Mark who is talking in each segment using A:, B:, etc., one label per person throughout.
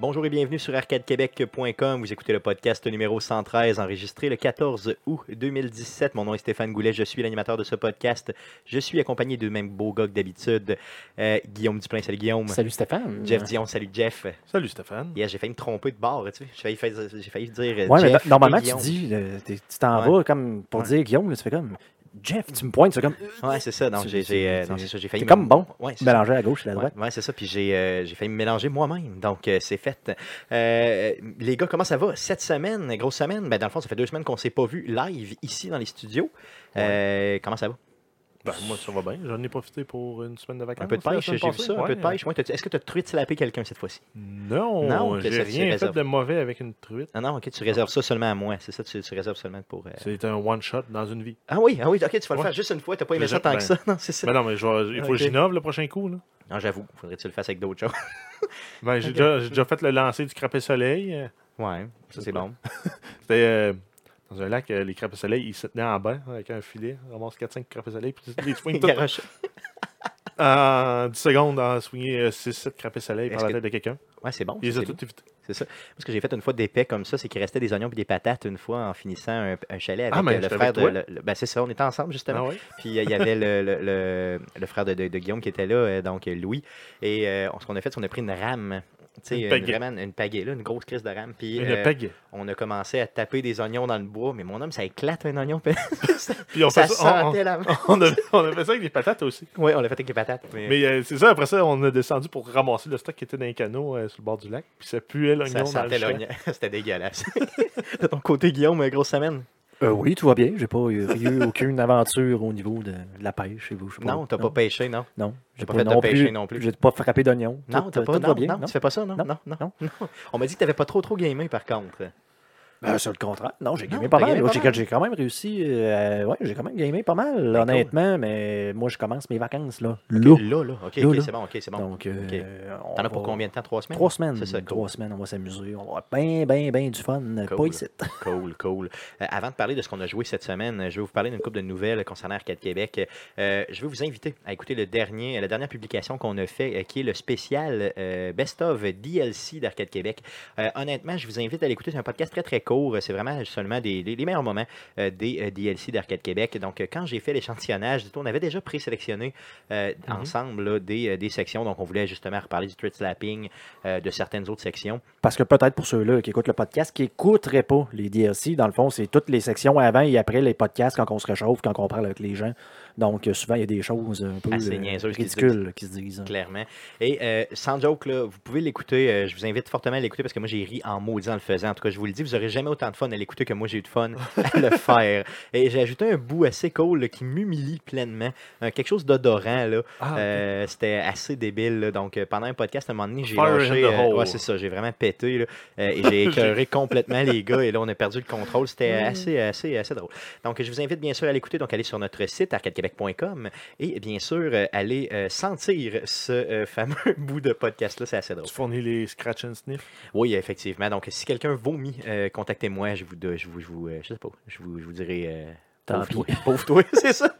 A: Bonjour et bienvenue sur arcadequebec.com. Vous écoutez le podcast numéro 113 enregistré le 14 août 2017. Mon nom est Stéphane Goulet, je suis l'animateur de ce podcast. Je suis accompagné de même beau gars que d'habitude. Euh, Guillaume Duplain, salut Guillaume.
B: Salut Stéphane.
A: Jeff Dion, salut Jeff.
C: Salut Stéphane.
A: Yeah, j'ai failli me tromper de bord, tu sais. J'ai failli, faire- j'ai failli dire euh,
B: Ouais, mais
A: Jeff
B: no- normalement,
A: et
B: tu
A: Guillaume.
B: dis, euh, t'es- tu t'en
A: Ouais.
B: vas comme pour
A: Ouais. Euh,
B: dire Guillaume, là, tu fais comme Jeff, tu me pointes, tu fais comme
A: Ouais, c'est ça. Non,
B: C'est-
A: j'ai,
B: c'est-
A: j'ai, euh,
B: c'est-
A: non, c'est ça, j'ai failli.
B: c'est comme
A: me-
B: bon. Ben,
A: Ouais, c'est ça.
B: mélanger à gauche et à
A: Ouais,
B: droite.
A: ouais, c'est ça. Puis j'ai, euh, j'ai failli me mélanger moi-même. Donc, euh, c'est fait. Euh, les gars, comment ça va cette semaine? Grosse semaine? Ben, dans le fond, ça fait deux semaines qu'on ne s'est pas vu live ici dans les studios. Euh, comment ça va?
C: Ben, moi, ça va bien. J'en ai profité pour une semaine de vacances.
A: Un peu de
C: la
A: pêche, j'ai
C: semaine
A: vu
C: passée,
A: Ah, ça. Un
C: ouais.
A: peu de pêche. Ouais, t'as- est-ce que tu as truite-slapé quelqu'un cette fois-ci?
C: Non,
A: Non, que
C: j'ai
A: ça- c'est
C: rien fait
A: réservé.
C: de mauvais avec une truite.
A: Ah non, ok, tu réserves ça seulement à moi. C'est ça, tu, tu réserves seulement pour. euh,
C: C'est un one-shot dans une vie.
A: Ah oui, ah oui, ok, tu vas le
C: Ouais.
A: faire juste une fois. Tu pas aimé
C: Je
A: ça
C: jette,
A: tant
C: ben,
A: que ça. Non, c'est ça.
C: Mais non, mais je vais- il faut
A: Ok.
C: que j'innove le prochain coup. Là.
A: Non, j'avoue, faudrait que tu le fasses avec d'autres choses.
C: Ben, j'ai déjà, j'ai déjà fait le lancer du crapet soleil. Euh,
A: Ouais, ça c'est bon.
C: C'était euh, dans un lac, euh, les crapets soleil, ils se tenaient en bas avec un filet. On ramasse 4-5 crapets soleil, puis tu les swings tout
A: Garoche.
C: en 10 secondes, en swinguer 6-7 crapets soleil par
A: Est-ce
C: la
A: que-
C: tête de quelqu'un.
A: Ouais, c'est bon.
C: Ils
A: ça,
C: les ont
A: c'est
C: tout évité.
A: Moi, Ce que j'ai fait une fois d'épais comme ça, c'est qu'il restait des oignons et des patates une fois en finissant un, un chalet avec
C: Ah, mais
A: euh, le
C: j'étais
A: frère
C: avec
A: de.
C: toi.
A: le- le- ben, c'est ça, on était ensemble
C: Ah
A: justement.
C: ouais?
A: Puis euh, il y avait le, le- le- le frère de, de- de Guillaume qui était là, euh, donc euh, Louis. Et euh, on- ce qu'on a fait, c'est qu'on a pris une rame. tu sais,
C: Une
A: une,
C: pagaie.
A: vraiment une pagaie, là, une grosse crise de rame. Puis
C: Une
A: euh,
C: pagaie.
A: on a commencé à taper des oignons dans le bois. Mais mon homme, ça éclate un oignon.
C: Puis on,
A: ça
C: fait ça- on-
A: sentait la
C: on- on avait- on avait ça avec des patates aussi.
A: Oui, on l'a fait avec les patates. mais-
C: Mais euh, c'est ça, après ça, on a descendu pour ramasser le stock qui était dans les canot sur le bord du lac. Puis ça puait l'oignon
A: Ça
C: dans le
A: sentait
C: champ.
A: l'oignon. C'était dégueulasse. de ton côté, Guillaume, euh, grosse semaine.
B: Euh, oui, tout va bien. J'ai pas euh, eu, eu aucune aventure au niveau de la pêche chez vous. je sais
A: Non, t'as pas pêché, non?
B: Non, j'ai
A: pas
B: pas,
A: fait de
B: non
A: pêcher
B: plus.
A: non plus.
B: J'ai pas frappé d'oignon.
A: Non,
B: Tout- euh,
A: t'as
B: tout
A: pas.
B: va
A: Non,
B: bien,
A: non, tu fais pas ça, non?
B: Non,
A: Non, non,
B: non.
A: non. On m'a dit que t'avais pas trop trop gamé par contre.
B: Ben, sur le contraire. Non, j'ai
A: Non,
B: gamé pas
A: t'as
B: mal.
A: gamé pas
B: J'ai-
A: mal. Ben,
B: J'ai quand même réussi. euh, ouais, j'ai quand même gamé pas mal,
A: cool.
B: honnêtement. Mais moi, je commence mes vacances, là. Là.
A: Là, là. Ok,
B: Là,
A: ok,
B: là.
A: c'est bon, ok, c'est bon.
B: Donc, euh,
A: Ok.
B: on
A: T'en as pour
B: va-
A: combien de temps? Trois semaines?
B: Trois semaines.
A: C'est ça, cool.
B: Trois semaines, on va s'amuser. On va avoir bien, bien, bien du fun. Pas ici.
A: Cool, cool. Euh, avant de parler de ce qu'on a joué cette semaine, euh, je vais vous parler d'une couple de nouvelles concernant Arcade Québec. Euh, je vais vous inviter à écouter le dernier, la dernière publication qu'on a fait, euh, qui est le spécial euh, Best of DLC d'Arcade Québec. Euh, honnêtement, je vous invite à l'écouter. C'est un podcast très, très court. C'est vraiment seulement des, les, les meilleurs moments euh, des euh, DLC d'Arcade Québec. Donc, euh, quand j'ai fait l'échantillonnage, on avait déjà présélectionné euh,
C: Mhm.
A: ensemble là, des, euh, des sections. Donc, on voulait justement reparler du street slapping, euh, de certaines autres sections.
B: Parce que peut-être pour ceux-là qui écoutent le podcast, qui n'écouteraient pas les DLC, dans le fond, c'est toutes les sections avant et après les podcasts quand on se réchauffe, quand on parle avec les gens. Donc, euh, souvent, il y a des choses un peu
A: Assez
B: euh,
A: niaiseuses qui se
B: ridicules qui se disent.
A: Clairement. Et euh, sans joke, là, vous pouvez l'écouter. Euh, je vous invite fortement à l'écouter parce que moi, j'ai ri en maudit en le faisant. En tout cas, je vous le dis, vous n'aurez jamais autant de fun à l'écouter que moi, j'ai eu de fun à le faire. Et j'ai ajouté un bout assez cool là, qui m'humilie pleinement. Euh, quelque chose d'odorant, là.
C: Ah,
A: Euh, C'était assez débile. là. Donc, euh, pendant un podcast, à un moment donné, j'ai
C: Fire in
A: lâché.
C: the
A: euh,
C: hole.
A: ouais, c'est ça. J'ai vraiment pété. là. Euh, et j'ai écœuré complètement les gars. Et là, on a perdu le contrôle. C'était
C: Mm.
A: assez, assez, assez drôle. Donc, je vous invite bien sûr à l'écouter. Donc, allez sur notre site arcadequebec.com et bien sûr, euh, allez euh, sentir ce euh, fameux bout de podcast-là. C'est assez drôle.
C: tu fournis les scratch and sniff.
A: Oui, effectivement. Donc, si quelqu'un vomit, euh, contactez-moi. Je vous, do- je vous, je vous, euh, je sais pas, je vous, je vous dirai. euh,
B: Tant
A: pauvre
B: pis.
A: toi, pauvre toi, c'est ça.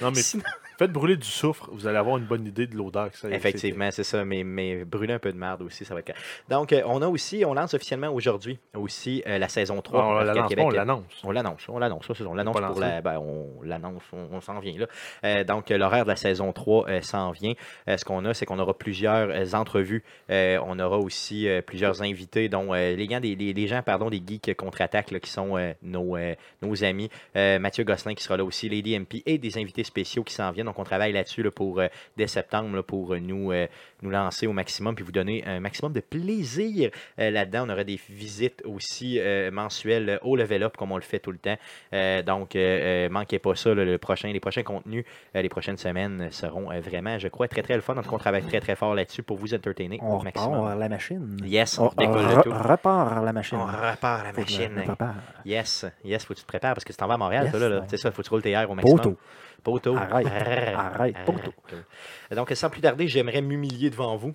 C: Non, mais
A: Sinon-
C: faites brûler du soufre, vous allez avoir une bonne idée de l'odeur que ça
A: Effectivement, c'est ça, mais, mais brûler un peu de merde aussi, ça va être. Donc, euh, on a aussi, on lance officiellement aujourd'hui aussi euh, la saison
C: c'est- Ah,
A: 3
C: on
A: d'Arcade
C: l'annonce, pas,
A: Québec.
C: on l'annonce.
A: On l'annonce, on l'annonce, ça, c'est- on l'annonce
C: pas
A: pour
C: lancé.
A: la. ben, on l'annonce, on, on s'en vient là. Euh, donc, euh, l'horaire de la saison 3 euh, s'en vient. Euh, ce qu'on a, c'est qu'on aura plusieurs euh, entrevues. Euh, on aura aussi euh, plusieurs invités, dont euh, les, gens, des, les- les gens pardon, des geeks contre-attaque là, qui sont euh, nos, euh, nos amis. Euh, Mathieu Gosselin qui sera là aussi, Lady MP et des invités spéciaux qui s'en viennent. Donc, on travaille là-dessus là, pour euh, dès septembre là, pour euh, nous, euh, nous lancer au maximum puis vous donner un maximum de plaisir euh, là-dedans. On aura des visites aussi euh, mensuelles euh, au level up comme on le fait tout le temps. Euh, donc, euh, euh, manquez pas ça. là, le prochain, les prochains contenus, euh, les prochaines semaines seront euh, vraiment, je crois, très très le fun. En tout cas, on travaille très très fort là-dessus pour vous entertainer
B: On
A: au maximum.
B: repart à la machine.
A: Yes, on
B: On,
A: redécolle
B: re-
A: le tout.
B: repart à la machine.
A: On repart à la
B: Faut que je me-
A: machine.
B: me prépare.
A: Yes, yes, faut que tu te prépares parce que si t'en vas à Montréal,
B: Yes,
A: toi, là, là,
B: ouais.
A: c'est ça, faut que tu roules tes airs au maximum.
B: Poteau.
A: Poteau.
B: Arrête.
A: Arrête.
B: Arrête. Poteau.
A: Cool. Donc, sans plus tarder, j'aimerais m'humilier devant vous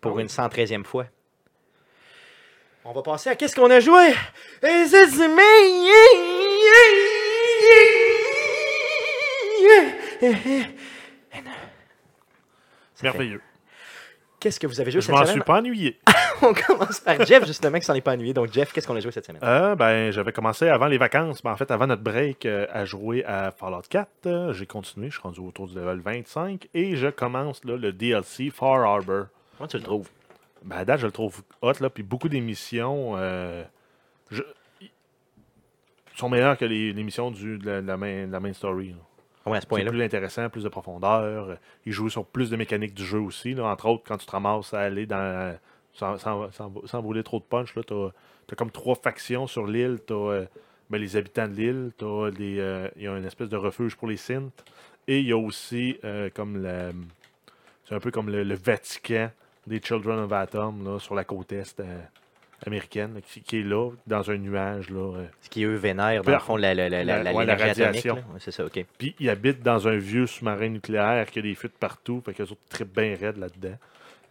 A: pour
C: Ah oui.
A: une 113e fois. On va passer à qu'est-ce qu'on a joué. Et c'est semaine. Ça fait
C: Merveilleux.
A: Qu'est-ce que vous avez joué
C: Je
A: cette
C: m'en
A: semaine?
C: suis pas ennuyé.
A: On commence par Jeff, justement, qui s'en est pas ennuyé. Donc, Jeff, qu'est-ce qu'on a joué cette semaine?
C: Euh, ben, j'avais commencé avant les vacances, mais en fait, avant notre break, euh, à jouer à Fallout 4. Euh, J'ai continué, je suis rendu autour du level 25 et je commence là, le DLC Far Harbor.
A: Comment tu le trouves?
C: Ben, à date, je le trouve hot, là, puis beaucoup d'émissions euh, je- y- sont meilleures que les, les missions du, de, la, de la main, de la main story. là.
A: Oui, à ce
C: C'est
A: point-là.
C: plus intéressant, plus de profondeur. Euh, Ils jouent sur plus de mécaniques du jeu aussi. là. Entre autres, quand tu te ramasses à aller dans. Sans, sans, sans- sans voler trop de punch, tu as, comme trois factions sur l'île. Tu as les habitants de l'île, tu les. euh, Il y a une espèce de refuge pour les Syntes. Et il y a aussi euh, comme la- C'est un peu comme le, le Vatican des Children of Atom là, sur la côte est euh, américaine là, qui, qui est là, dans un nuage. Là, euh,
A: Ce qui, eux, vénèrent, dans le fond, la, la, la, la,
C: La-
A: la-
C: ouais,
A: l'énergie
C: la
A: atomique,
C: radiation.
A: là. Ouais, c'est ça, OK.
C: Puis il habite dans un vieux sous-marin nucléaire qui a des fuites partout. Fait que les autres trippent bien raides là-dedans.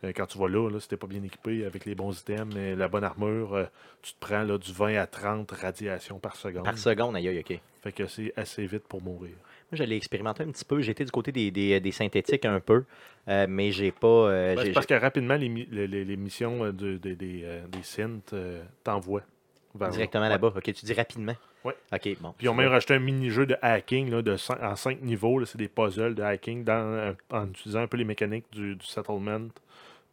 C: Euh, quand tu vas là, là si t'es pas bien équipé avec les bons items et la bonne armure, euh, tu te prends là, du 20 à 30 radiations par seconde.
A: Par seconde, aïe, aïe, OK.
C: Fait que c'est assez vite pour mourir.
A: Moi, je l'ai expérimenté un petit peu. J'étais du côté des, des, des synthétiques un peu, euh, mais j'ai pas. euh,
C: Ben,
A: j'ai-
C: c'est parce que rapidement, les, mi- les- les- les missions euh, de- des- des, euh, des synths euh, t'envoient vers là.
A: Directement là-bas. OK, tu dis rapidement.
C: ben, Ouais.
A: OK, bon.
C: Puis ils ont même rajouté un mini-jeu de hacking là, de cin- en cinq niveaux. là, C'est des puzzles de hacking dans- euh, en utilisant un peu les mécaniques du, du settlement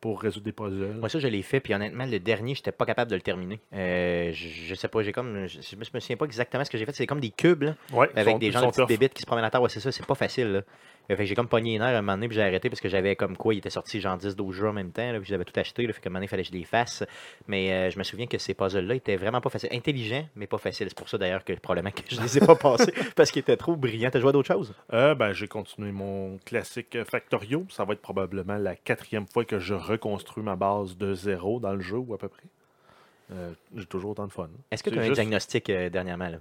C: pour résoudre des puzzles.
A: Moi, ça, je l'ai fait, puis honnêtement, le dernier, j'étais pas capable de le terminer. Euh, je, je sais pas, j'ai comme. Je, je me souviens pas exactement ce que j'ai fait. C'est comme des cubes, là,
C: Ouais, ils
A: avec
C: sont-
A: des
C: ils
A: gens
C: sont
A: de petites
C: tough.
A: bébites qui se promènent à terre. Ouais, c'est ça, c'est pas facile, là. Euh, Fait que j'ai comme pogné une heure à un moment donné, puis j'ai arrêté parce que j'avais comme quoi, il était sorti genre 10, 12 jeux en même temps, là, puis j'avais tout acheté, là, fait qu'à un moment donné, il fallait que je les fasse. Mais euh, je me souviens que ces puzzles-là étaient vraiment pas faciles. Intelligents, mais pas faciles. C'est pour ça d'ailleurs que probablement que je les ai pas passés parce qu'ils étaient trop brillants. T'as joué à d'autres choses?
C: Euh, ben, j'ai continué mon classique euh, Factorio. Ça va être probablement la quatrième fois que je reconstruis ma base de zéro dans le jeu, ou à peu près. Euh, j'ai toujours autant de fun.
A: Est-ce que
C: C'est
A: tu as un
C: juste
A: diagnostic euh, dernièrement, là,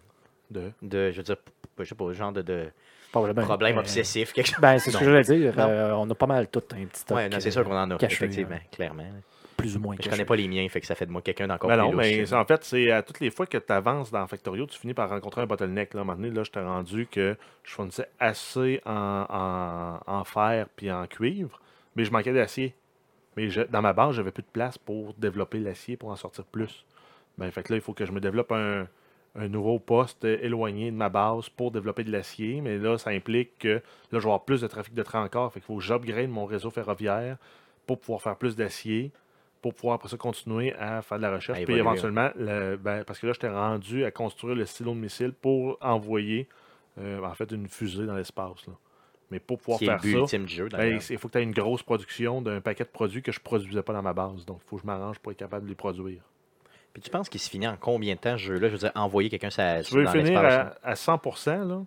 C: de-
A: de, je veux dire, p- p- je sais pas, genre de, de
B: Probablement.
A: problème
B: Euh,
A: obsessif, quelque chose?
B: Ben, c'est ce
A: Non.
B: que j'allais dire.
A: Non.
B: Euh, on a pas mal tout un petit
A: Ouais,
B: stock,
A: non, c'est sûr qu'on en a,
B: caché,
A: effectivement, clairement.
B: euh, Plus ou moins.
A: Je connais
B: caché.
A: pas les miens, fait que ça fait de moi quelqu'un d'encore
C: Ben
A: plus
C: non,
A: louche.
C: mais c'est- en fait, c'est à toutes les fois que tu avances dans Factorio, tu finis par rencontrer un bottleneck. Là, à un moment donné, là, je t'ai rendu que je fournissais assez en, en- en fer puis en cuivre, mais je manquais d'acier. Mais je- dans ma base, j'avais plus de place pour développer l'acier pour en sortir plus. Ben, fait que là, il faut que je me développe un, un nouveau poste euh, éloigné de ma base pour développer de l'acier. Mais là, ça implique que là, je vais avoir plus de trafic de train encore. Fait qu'il faut que j'upgrade mon réseau ferroviaire pour pouvoir faire plus d'acier, pour pouvoir après ça continuer à faire de la recherche.
A: À
C: Puis
A: évoluer.
C: éventuellement, le- ben, parce que là, j'étais rendu à construire le silo de missile pour envoyer euh, en fait une fusée dans l'espace. là. Mais pour pouvoir
A: qui est le
C: faire
A: but
C: ça,
A: ultime du jeu,
C: ben,
A: d'ailleurs.
C: il faut que tu aies une grosse production d'un paquet de produits que je produisais pas dans ma base. Donc, il faut que je m'arrange pour être capable de les produire.
A: Puis tu penses qu'il se finit en combien de temps, ce jeu-là? Je veux dire, envoyer quelqu'un ça,
C: Tu veux
A: dans
C: finir
A: l'espace,
C: à,
A: hein?
C: à 100%, là,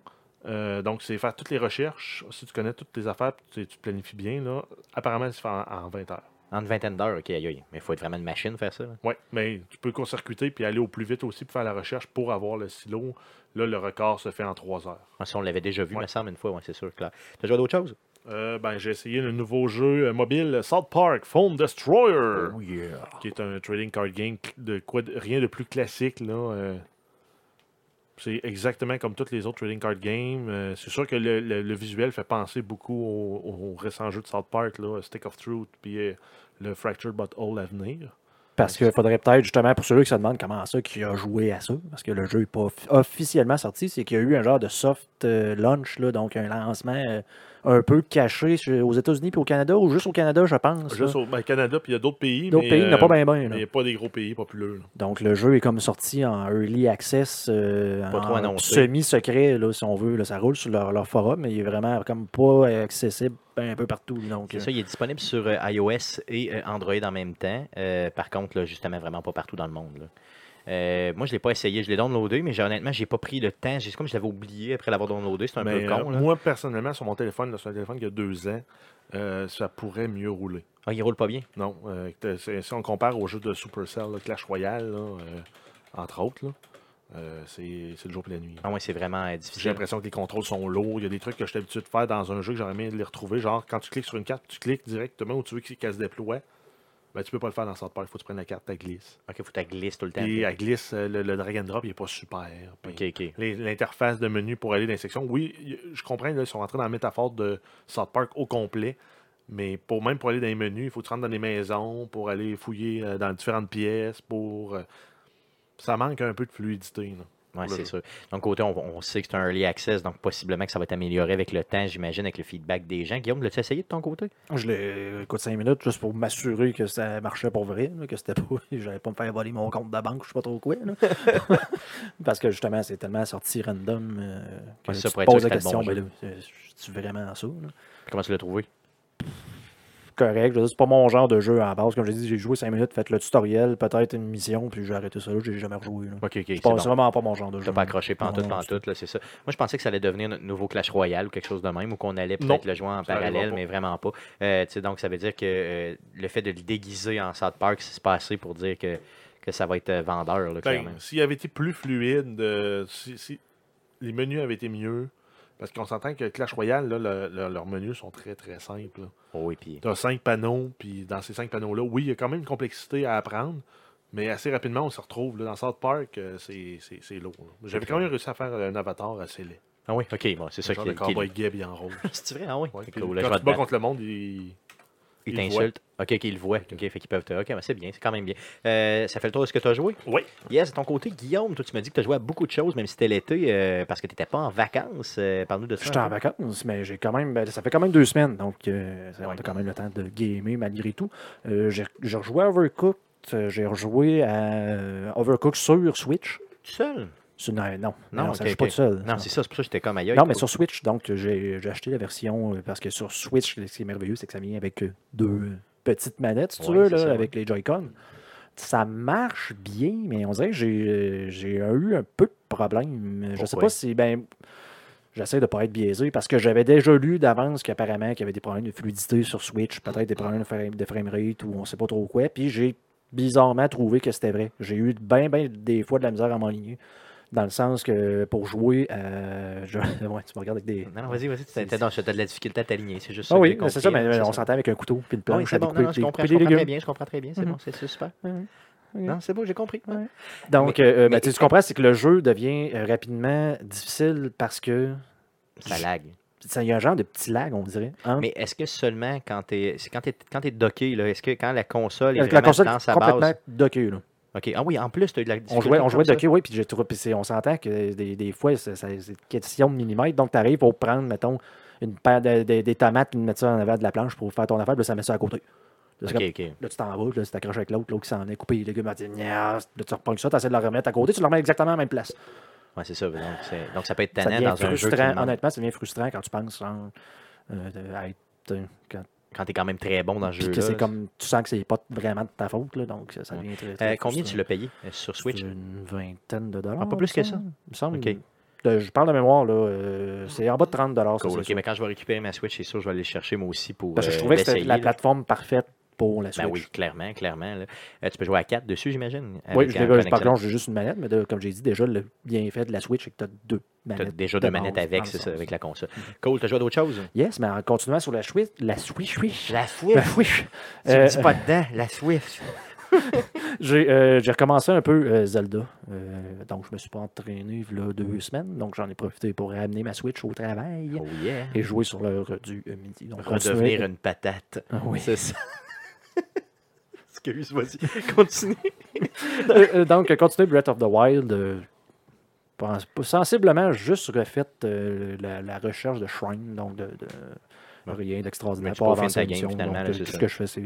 C: euh, donc c'est faire toutes les recherches. Si tu connais toutes tes affaires, puis tu, tu planifies bien, là, apparemment, c'est fait en, en 20 heures.
A: En une vingtaine d'heures, OK, aïe, aïe. Mais il faut être vraiment une machine faire ça. là.
C: Oui, mais tu peux court-circuiter puis aller au plus vite aussi pour faire la recherche pour avoir le silo. Là, le record se fait en 3 heures.
A: Ah, ça, on l'avait déjà vu,
C: Ouais.
A: me semble, une fois, ouais, c'est sûr, clair. T'as joué à d'autres choses?
C: Euh, ben, j'ai essayé le nouveau jeu euh, mobile South Park Foam Destroyer.
B: Oh yeah.
C: qui est un trading card game cl- de quoi de- rien de plus classique là. euh. c'est exactement comme toutes les autres trading card games. euh, c'est sûr que le, le- le visuel fait penser beaucoup au, au- au récent jeu de South Park, là, Stick of Truth, puis euh, le Fractured But All à venir.
B: Parce qu'il faudrait peut-être, justement, pour ceux qui se demandent comment ça, qui a joué à ça, parce que le jeu n'est pas offi- officiellement sorti, c'est qu'il y a eu un genre de soft euh, launch, là, donc un lancement euh, un peu caché chez- aux États-Unis puis au Canada, ou juste au Canada, je pense. là.
C: Juste au ben, Canada, puis il y a d'autres pays.
B: D'autres
C: mais,
B: pays, il n'y en a
C: euh,
B: pas bien bien.
C: mais il n'y a pas des gros pays populaires. là.
B: Donc le jeu est comme sorti en early access, euh,
A: Pas trop
B: en
A: annoncé.
B: semi-secret, là, si on veut. là. ça roule sur leur, leur forum, mais il est vraiment comme pas accessible ben, un peu partout. Donc,
A: C'est ça, il est disponible sur euh, iOS et euh, Android en même temps. Euh, par contre, là, justement, vraiment pas partout dans le monde. là. Euh, moi, je l'ai pas essayé, je l'ai downloadé, mais j'ai- honnêtement, j'ai pas pris le temps. J'ai- C'est comme je l'avais oublié après l'avoir downloadé,
B: Ah,
A: c'est un
C: Mais,
A: peu con.
C: euh,
A: là.
C: moi, personnellement, sur mon téléphone, là, sur un téléphone qui a deux ans, euh, ça pourrait mieux rouler.
A: Ah, il roule pas bien.
C: Non. euh, t'as- c'est- si on compare au jeu de Supercell, là, Clash Royale, là, euh, entre autres, là, euh, c'est c'est le jour et la nuit.
A: Ah ouais, c'est vraiment euh,
C: J'ai
A: difficile.
C: l'impression que les contrôles sont lourds. Il y a des trucs que je suis habitué de faire dans un jeu que j'aurais aimé les retrouver. Genre, quand tu cliques sur une carte, tu cliques directement où tu veux qu'elle se déploie. Ben, tu peux pas le faire dans South Park. Il faut que tu prennes la carte, elle glisse.
A: Ok, faut que tu glisses tout le temps.
C: Puis elle glisse, euh, le, le drag and drop, il est pas super. ben, Puis
A: Ok, ok.
C: les- L'interface de menu pour aller dans les sections. Oui, y- je comprends, là, ils sont rentrés dans la métaphore de South Park au complet. Mais pour même pour aller dans les menus, il faut que tu rentres dans les maisons, pour aller fouiller euh, dans différentes pièces, pour. euh, ça manque un peu de fluidité. là.
A: Oui,
C: le
A: c'est
C: jeu.
A: sûr. Donc, côté, on, on sait que c'est un early access, donc possiblement que ça va être amélioré avec le temps, j'imagine, avec le feedback des gens. Guillaume, l'as-tu essayé de ton côté?
B: Je l'ai euh, écoute 5 minutes juste pour m'assurer que ça marchait pour vrai, là, que c'était pas. J'allais pas me faire voler mon compte de la banque, je sais pas trop quoi. là. Parce que justement, c'est tellement sorti random euh, que
A: Ouais,
B: tu
A: ça,
B: te
A: pour être
B: poses
A: sûr
B: la
A: que c'était le
B: question,
A: bon
B: ben là, euh, c'est-tu vraiment ça? là?
A: Puis Comment tu l'as trouvé?
B: correct. Je veux dire, C'est pas mon genre de jeu à la base. Comme j'ai dit, j'ai joué 5 minutes, fait le tutoriel, peut-être une mission, puis j'ai arrêté ça là, j'ai jamais rejoué. là.
A: Ok, ok.
B: Je
A: C'est
B: pense
A: bon.
B: c'est vraiment pas mon genre de jeu.
A: T'as pas accroché pantoute,
B: Non, non,
A: pantoute, là, c'est ça. Moi, je pensais que ça allait devenir notre nouveau Clash Royale ou quelque chose de même, ou qu'on allait
C: Non,
A: peut-être le jouer en
C: ça arrivera
A: parallèle,
C: pas.
A: mais vraiment pas. Euh, tu sais, donc, ça veut dire que euh, le fait de le déguiser en South Park, c'est pas assez pour dire que, que ça va être euh, vendeur, là, clairement.
C: Ben, s'il avait été plus fluide, euh, si, si les menus avaient été mieux. Parce qu'on s'entend que Clash Royale, là, le- le- leurs menus sont très très simples.
A: Oh, et puis,
C: Tu as cinq panneaux, puis dans ces cinq panneaux-là, oui, il y a quand même une complexité à apprendre, mais assez rapidement, on se retrouve. là, dans South Park, euh, c'est- c'est c'est lourd. là. J'avais quand même réussi à faire un avatar assez laid.
A: Ah oui, ok, bon, c'est ça
C: Le genre
A: qui
C: de
A: est. qui est-
C: cowboy gay bien rose.
A: C'est vrai, ah oui.
C: Ouais,
A: Cool,
C: puis
A: là, je
C: quand
A: vais
C: tu
A: te
C: bats
A: battre.
C: contre le monde, il...
A: Ils
C: Ils le voient.
A: t'insultent. OK, qu'ils le voient. OK, fait qu'ils peuvent te. OK, ben c'est bien, c'est quand même bien. Euh, ça fait le tour de ce que tu as joué?
C: Oui.
A: Yes, de ton côté, Guillaume, toi, tu m'as dit que tu as joué à beaucoup de choses, même si c'était l'été, euh, parce que tu n'étais pas en vacances. Euh, Parle-nous de ça.
B: J'étais en
A: un peu.
B: vacances, mais j'ai quand même. ben, ça fait quand même deux semaines, donc euh, ça- on
A: Ouais.
B: a quand même le temps de gamer malgré tout. Euh, j'ai j'ai rejoué à Overcooked, euh, j'ai rejoué à euh, Overcooked sur Switch.
A: Tout seul?
B: Sur- non, non,
A: Non,
B: non,
A: ok,
B: ça joue pas
A: ok.
B: tout seul.
A: Non, c'est ça, c'est pour ça que j'étais comme ailleurs.
B: Non, mais sur Switch, donc j'ai j'ai acheté la version euh, parce que sur Switch, ce qui est merveilleux, c'est que ça vient avec euh, deux euh, petites manettes, si tu
A: Ouais,
B: veux,
A: c'est
B: là,
A: ça, ouais.
B: avec les Joy-Con. Ça marche bien, mais on dirait que j'ai euh, j'ai eu un peu de problème. Je sais
A: Pourquoi?
B: pas si. ben J'essaie de ne pas être biaisé parce que j'avais déjà lu d'avance qu'apparemment qu'il y avait des problèmes de fluidité sur Switch, peut-être des problèmes de frame- de framerate ou on sait pas trop quoi. Puis j'ai bizarrement trouvé que c'était vrai. J'ai eu bien, bien des fois de la misère à m'enligner. Dans le sens que pour jouer, euh, je- ouais, tu me regardes avec des.
A: Non, non, vas-y, vas-y.
B: C'est-
A: Tu as de la difficulté à t'aligner. C'est juste ça.
B: Ah
A: que
B: oui,
A: j'ai
B: mais c'est ça,
A: compris,
B: mais
A: là,
B: on
A: ça. Ah
B: s'entend avec un couteau puis une planche.
A: Oui, c'est
B: avec
A: bon. Non, non,
B: des-
A: je
B: des-
A: comprends,
B: couper
A: je
B: des
A: comprends très
B: légumes.
A: bien. Je comprends très bien. C'est bon, c'est c'est super.
B: Mhm.
A: Non, c'est beau, j'ai compris.
B: Ouais. Donc,
A: Mais-
B: euh, ben,
A: mais-
B: tu sais, tu comprends, c'est que le jeu devient euh, rapidement difficile parce que
A: Ça lag.
B: ça- il y a un genre de petit lag, on dirait. hein.
A: Mais est-ce que seulement quand tu es, quand t'es- quand t'es docké, là, est-ce que quand la console est
B: Avec la
A: vraiment
B: console
A: dans sa
B: complètement
A: base?
B: dockée, là.
A: OK. Ah oui, en plus, tu as eu de la
B: On jouait, on
A: difficulté
B: jouait
A: comme ça?
B: docké, oui, puis j'ai trouvé- puis c'est- on s'entend que des, des fois, ça- ça- c'est question de millimètres. Donc, tu arrives pour prendre, mettons, une paire de, de- des tomates, puis mettre ça en avant de la planche pour faire ton affaire, puis là, ça met ça à côté. Là, c'est
A: OK,
B: comme-
A: OK.
B: là, tu t'en vas, puis là, c'est accroché avec l'autre, l'autre qui s'en est coupé les légumes, elle dit, Nya là, tu reprends ça, tu essaies de le remettre à côté, tu le remets exactement à la même place.
A: Ouais, c'est ça. Donc, c'est- donc ça peut être
B: Ça
A: tannant
B: devient
A: dans un jeu. qui
B: frustrant,
A: demande-
B: honnêtement, ça devient frustrant quand tu penses genre, euh, de- à être. euh, quand-
A: Quand t'es quand même très bon dans ce
B: puis que c'est
A: jeu-là.
B: comme tu sens que c'est pas vraiment de ta faute, là, donc ça, ça devient très,
A: Euh,
B: très
A: combien
B: frustrant.
A: tu l'as payé euh, sur Switch?
B: C'est Une vingtaine de dollars.
A: Ah, pas plus que
B: il me
A: ça?
B: semble. Il me semble.
A: Ok.
B: De- je parle de mémoire, là. euh, c'est en bas de 30 dollars.
A: Cool, ok, mais quand je vais récupérer ma Switch, c'est sûr je vais aller le chercher moi aussi pour.
B: Parce que je
A: euh,
B: trouvais que c'était
A: l'essayer,
B: la
A: là.
B: plateforme parfaite pour la Switch.
A: Ben oui, clairement, clairement. là. Euh, tu peux jouer à 4 dessus, j'imagine.
B: Oui,
A: avec
B: je
A: un
B: l'ai- par
A: connexion.
B: contre, j'ai juste une manette, mais de- comme j'ai dit, déjà, le bienfait de la Switch, c'est que tu as deux
A: T'as
B: manettes.
A: déjà
B: de
A: deux manettes
B: base,
A: avec,
B: dans le
A: c'est ça,
B: sens. Mhm.
A: avec la console. Cool, t'as joué à d'autres choses?
B: Yes, mais en continuant sur la Switch, la Switch, oui.
A: La
B: La
A: Switch!
B: Switch.
A: Tu me
B: Euh,
A: dis pas dedans, la Switch!
B: J'ai euh, j'ai recommencé un peu euh, Zelda. Euh, donc, je me suis pas entraîné là, deux
A: Mm.
B: semaines. Donc, j'en ai profité pour ramener ma Switch au travail
A: Oh yeah!
B: et jouer sur l'heure du euh, midi. Donc, continuer-
A: Redevenir une patate.
B: Ah oui.
A: C'est ça. Excuse, vas-y, continue.
B: Euh, euh, donc, continuer Breath of the Wild. euh, pense- sensiblement juste refait euh, la, la recherche de shrine, donc de, de-
A: Ouais.
B: rien d'extraordinaire.
A: Mais tu peaufines
B: avancer
A: ta
B: la
A: game,
B: mission,
A: finalement,
B: donc,
A: là,
B: euh,
A: c'est
B: tout
A: ça.
B: ce que je fais, c'est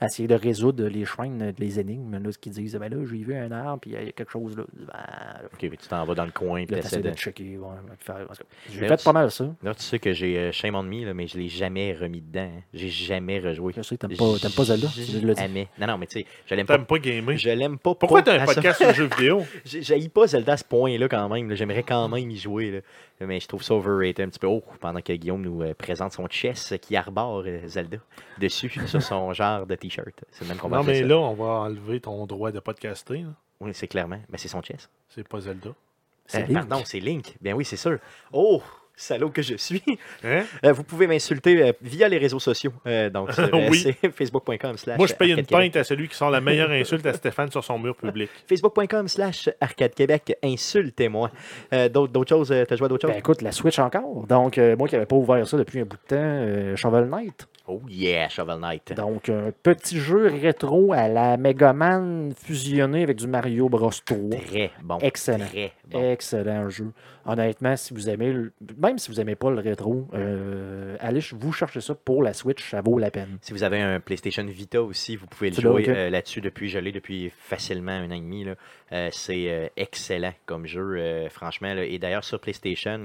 B: essayer de résoudre les shrines, euh, les énigmes, là, ce qu'ils disent. Ben là, j'ai vu un arbre, puis il y a quelque chose là. Ben,
A: Ok, mais tu t'en vas dans le coin et
B: là,
A: t'essaies
B: t'essaies de
A: de.
B: checker. ouais, de faire- en tout cas, J'ai
A: Mais
B: fait
A: tu-
B: pas mal ça.
A: Là, tu sais que j'ai euh, Shame on Me, là, mais je l'ai jamais remis dedans. hein. J'ai jamais rejoué.
B: Je sais, t'aimes pas, t'aimes pas Zelda, tu l'as dit.
A: Jamais. Non, non, mais tu sais, je l'aime pas.
C: T'aimes pas gamer.
A: Je l'aime pas.
C: Pourquoi
A: pas
C: t'as un
A: à ça.
C: podcast sur le jeu vidéo?
A: J'ai- J'haïs pas Zelda à ce point-là quand même. là. J'aimerais quand
B: Mm.
A: même y jouer. là. Mais je trouve ça overrated un petit peu. Oh, pendant que Guillaume nous euh, présente son chess qui arbore euh, Zelda dessus sur son genre de t-shirt. ben, C'est le même qu'on va
C: Non,
A: appeler
C: mais
A: ça.
C: là, on va enlever ton droit de podcaster. là.
A: Oui, c'est clairement. Ben, c'est son chess.
C: C'est pas Zelda.
A: Euh,
B: Link.
A: pardon, c'est Link. Bien oui, c'est sûr. Oh, salaud que je suis.
C: Hein?
A: Euh, vous pouvez m'insulter euh, via les réseaux sociaux. Euh, donc, sur, euh,
C: Oui.
A: Ah, c'est facebook.com slash
C: Moi, je paye une
A: Arcade Québec.
C: pinte à celui qui sort la meilleure insulte à Stéphane sur son mur public.
A: Facebook.com slash Arcade Québec. Insultez-moi. Euh, d'autres, d'autres choses, euh, t'as joué à d'autres
B: Ben
A: choses?
B: écoute, la Switch encore. Donc, euh, moi qui n'avais pas ouvert ça depuis un bout de temps, euh, Shovel Knight.
A: Oh yeah, Shovel Knight.
B: Donc, un petit jeu rétro à la Megaman fusionné avec du Mario Bros 3.
A: Très bon.
B: Excellent.
A: Très bon.
B: Excellent jeu. Honnêtement, si vous aimez, le- même si vous n'aimez pas le rétro, euh, allez ch- vous cherchez ça pour la Switch, ça vaut la peine.
A: Si vous avez un PlayStation Vita aussi, vous pouvez le
B: Tu l'as,
A: jouer
B: ok.
A: euh, là-dessus depuis, je l'ai depuis facilement un an et demi. là. Euh, c'est euh, excellent comme jeu, euh, franchement. là. Et d'ailleurs, sur PlayStation,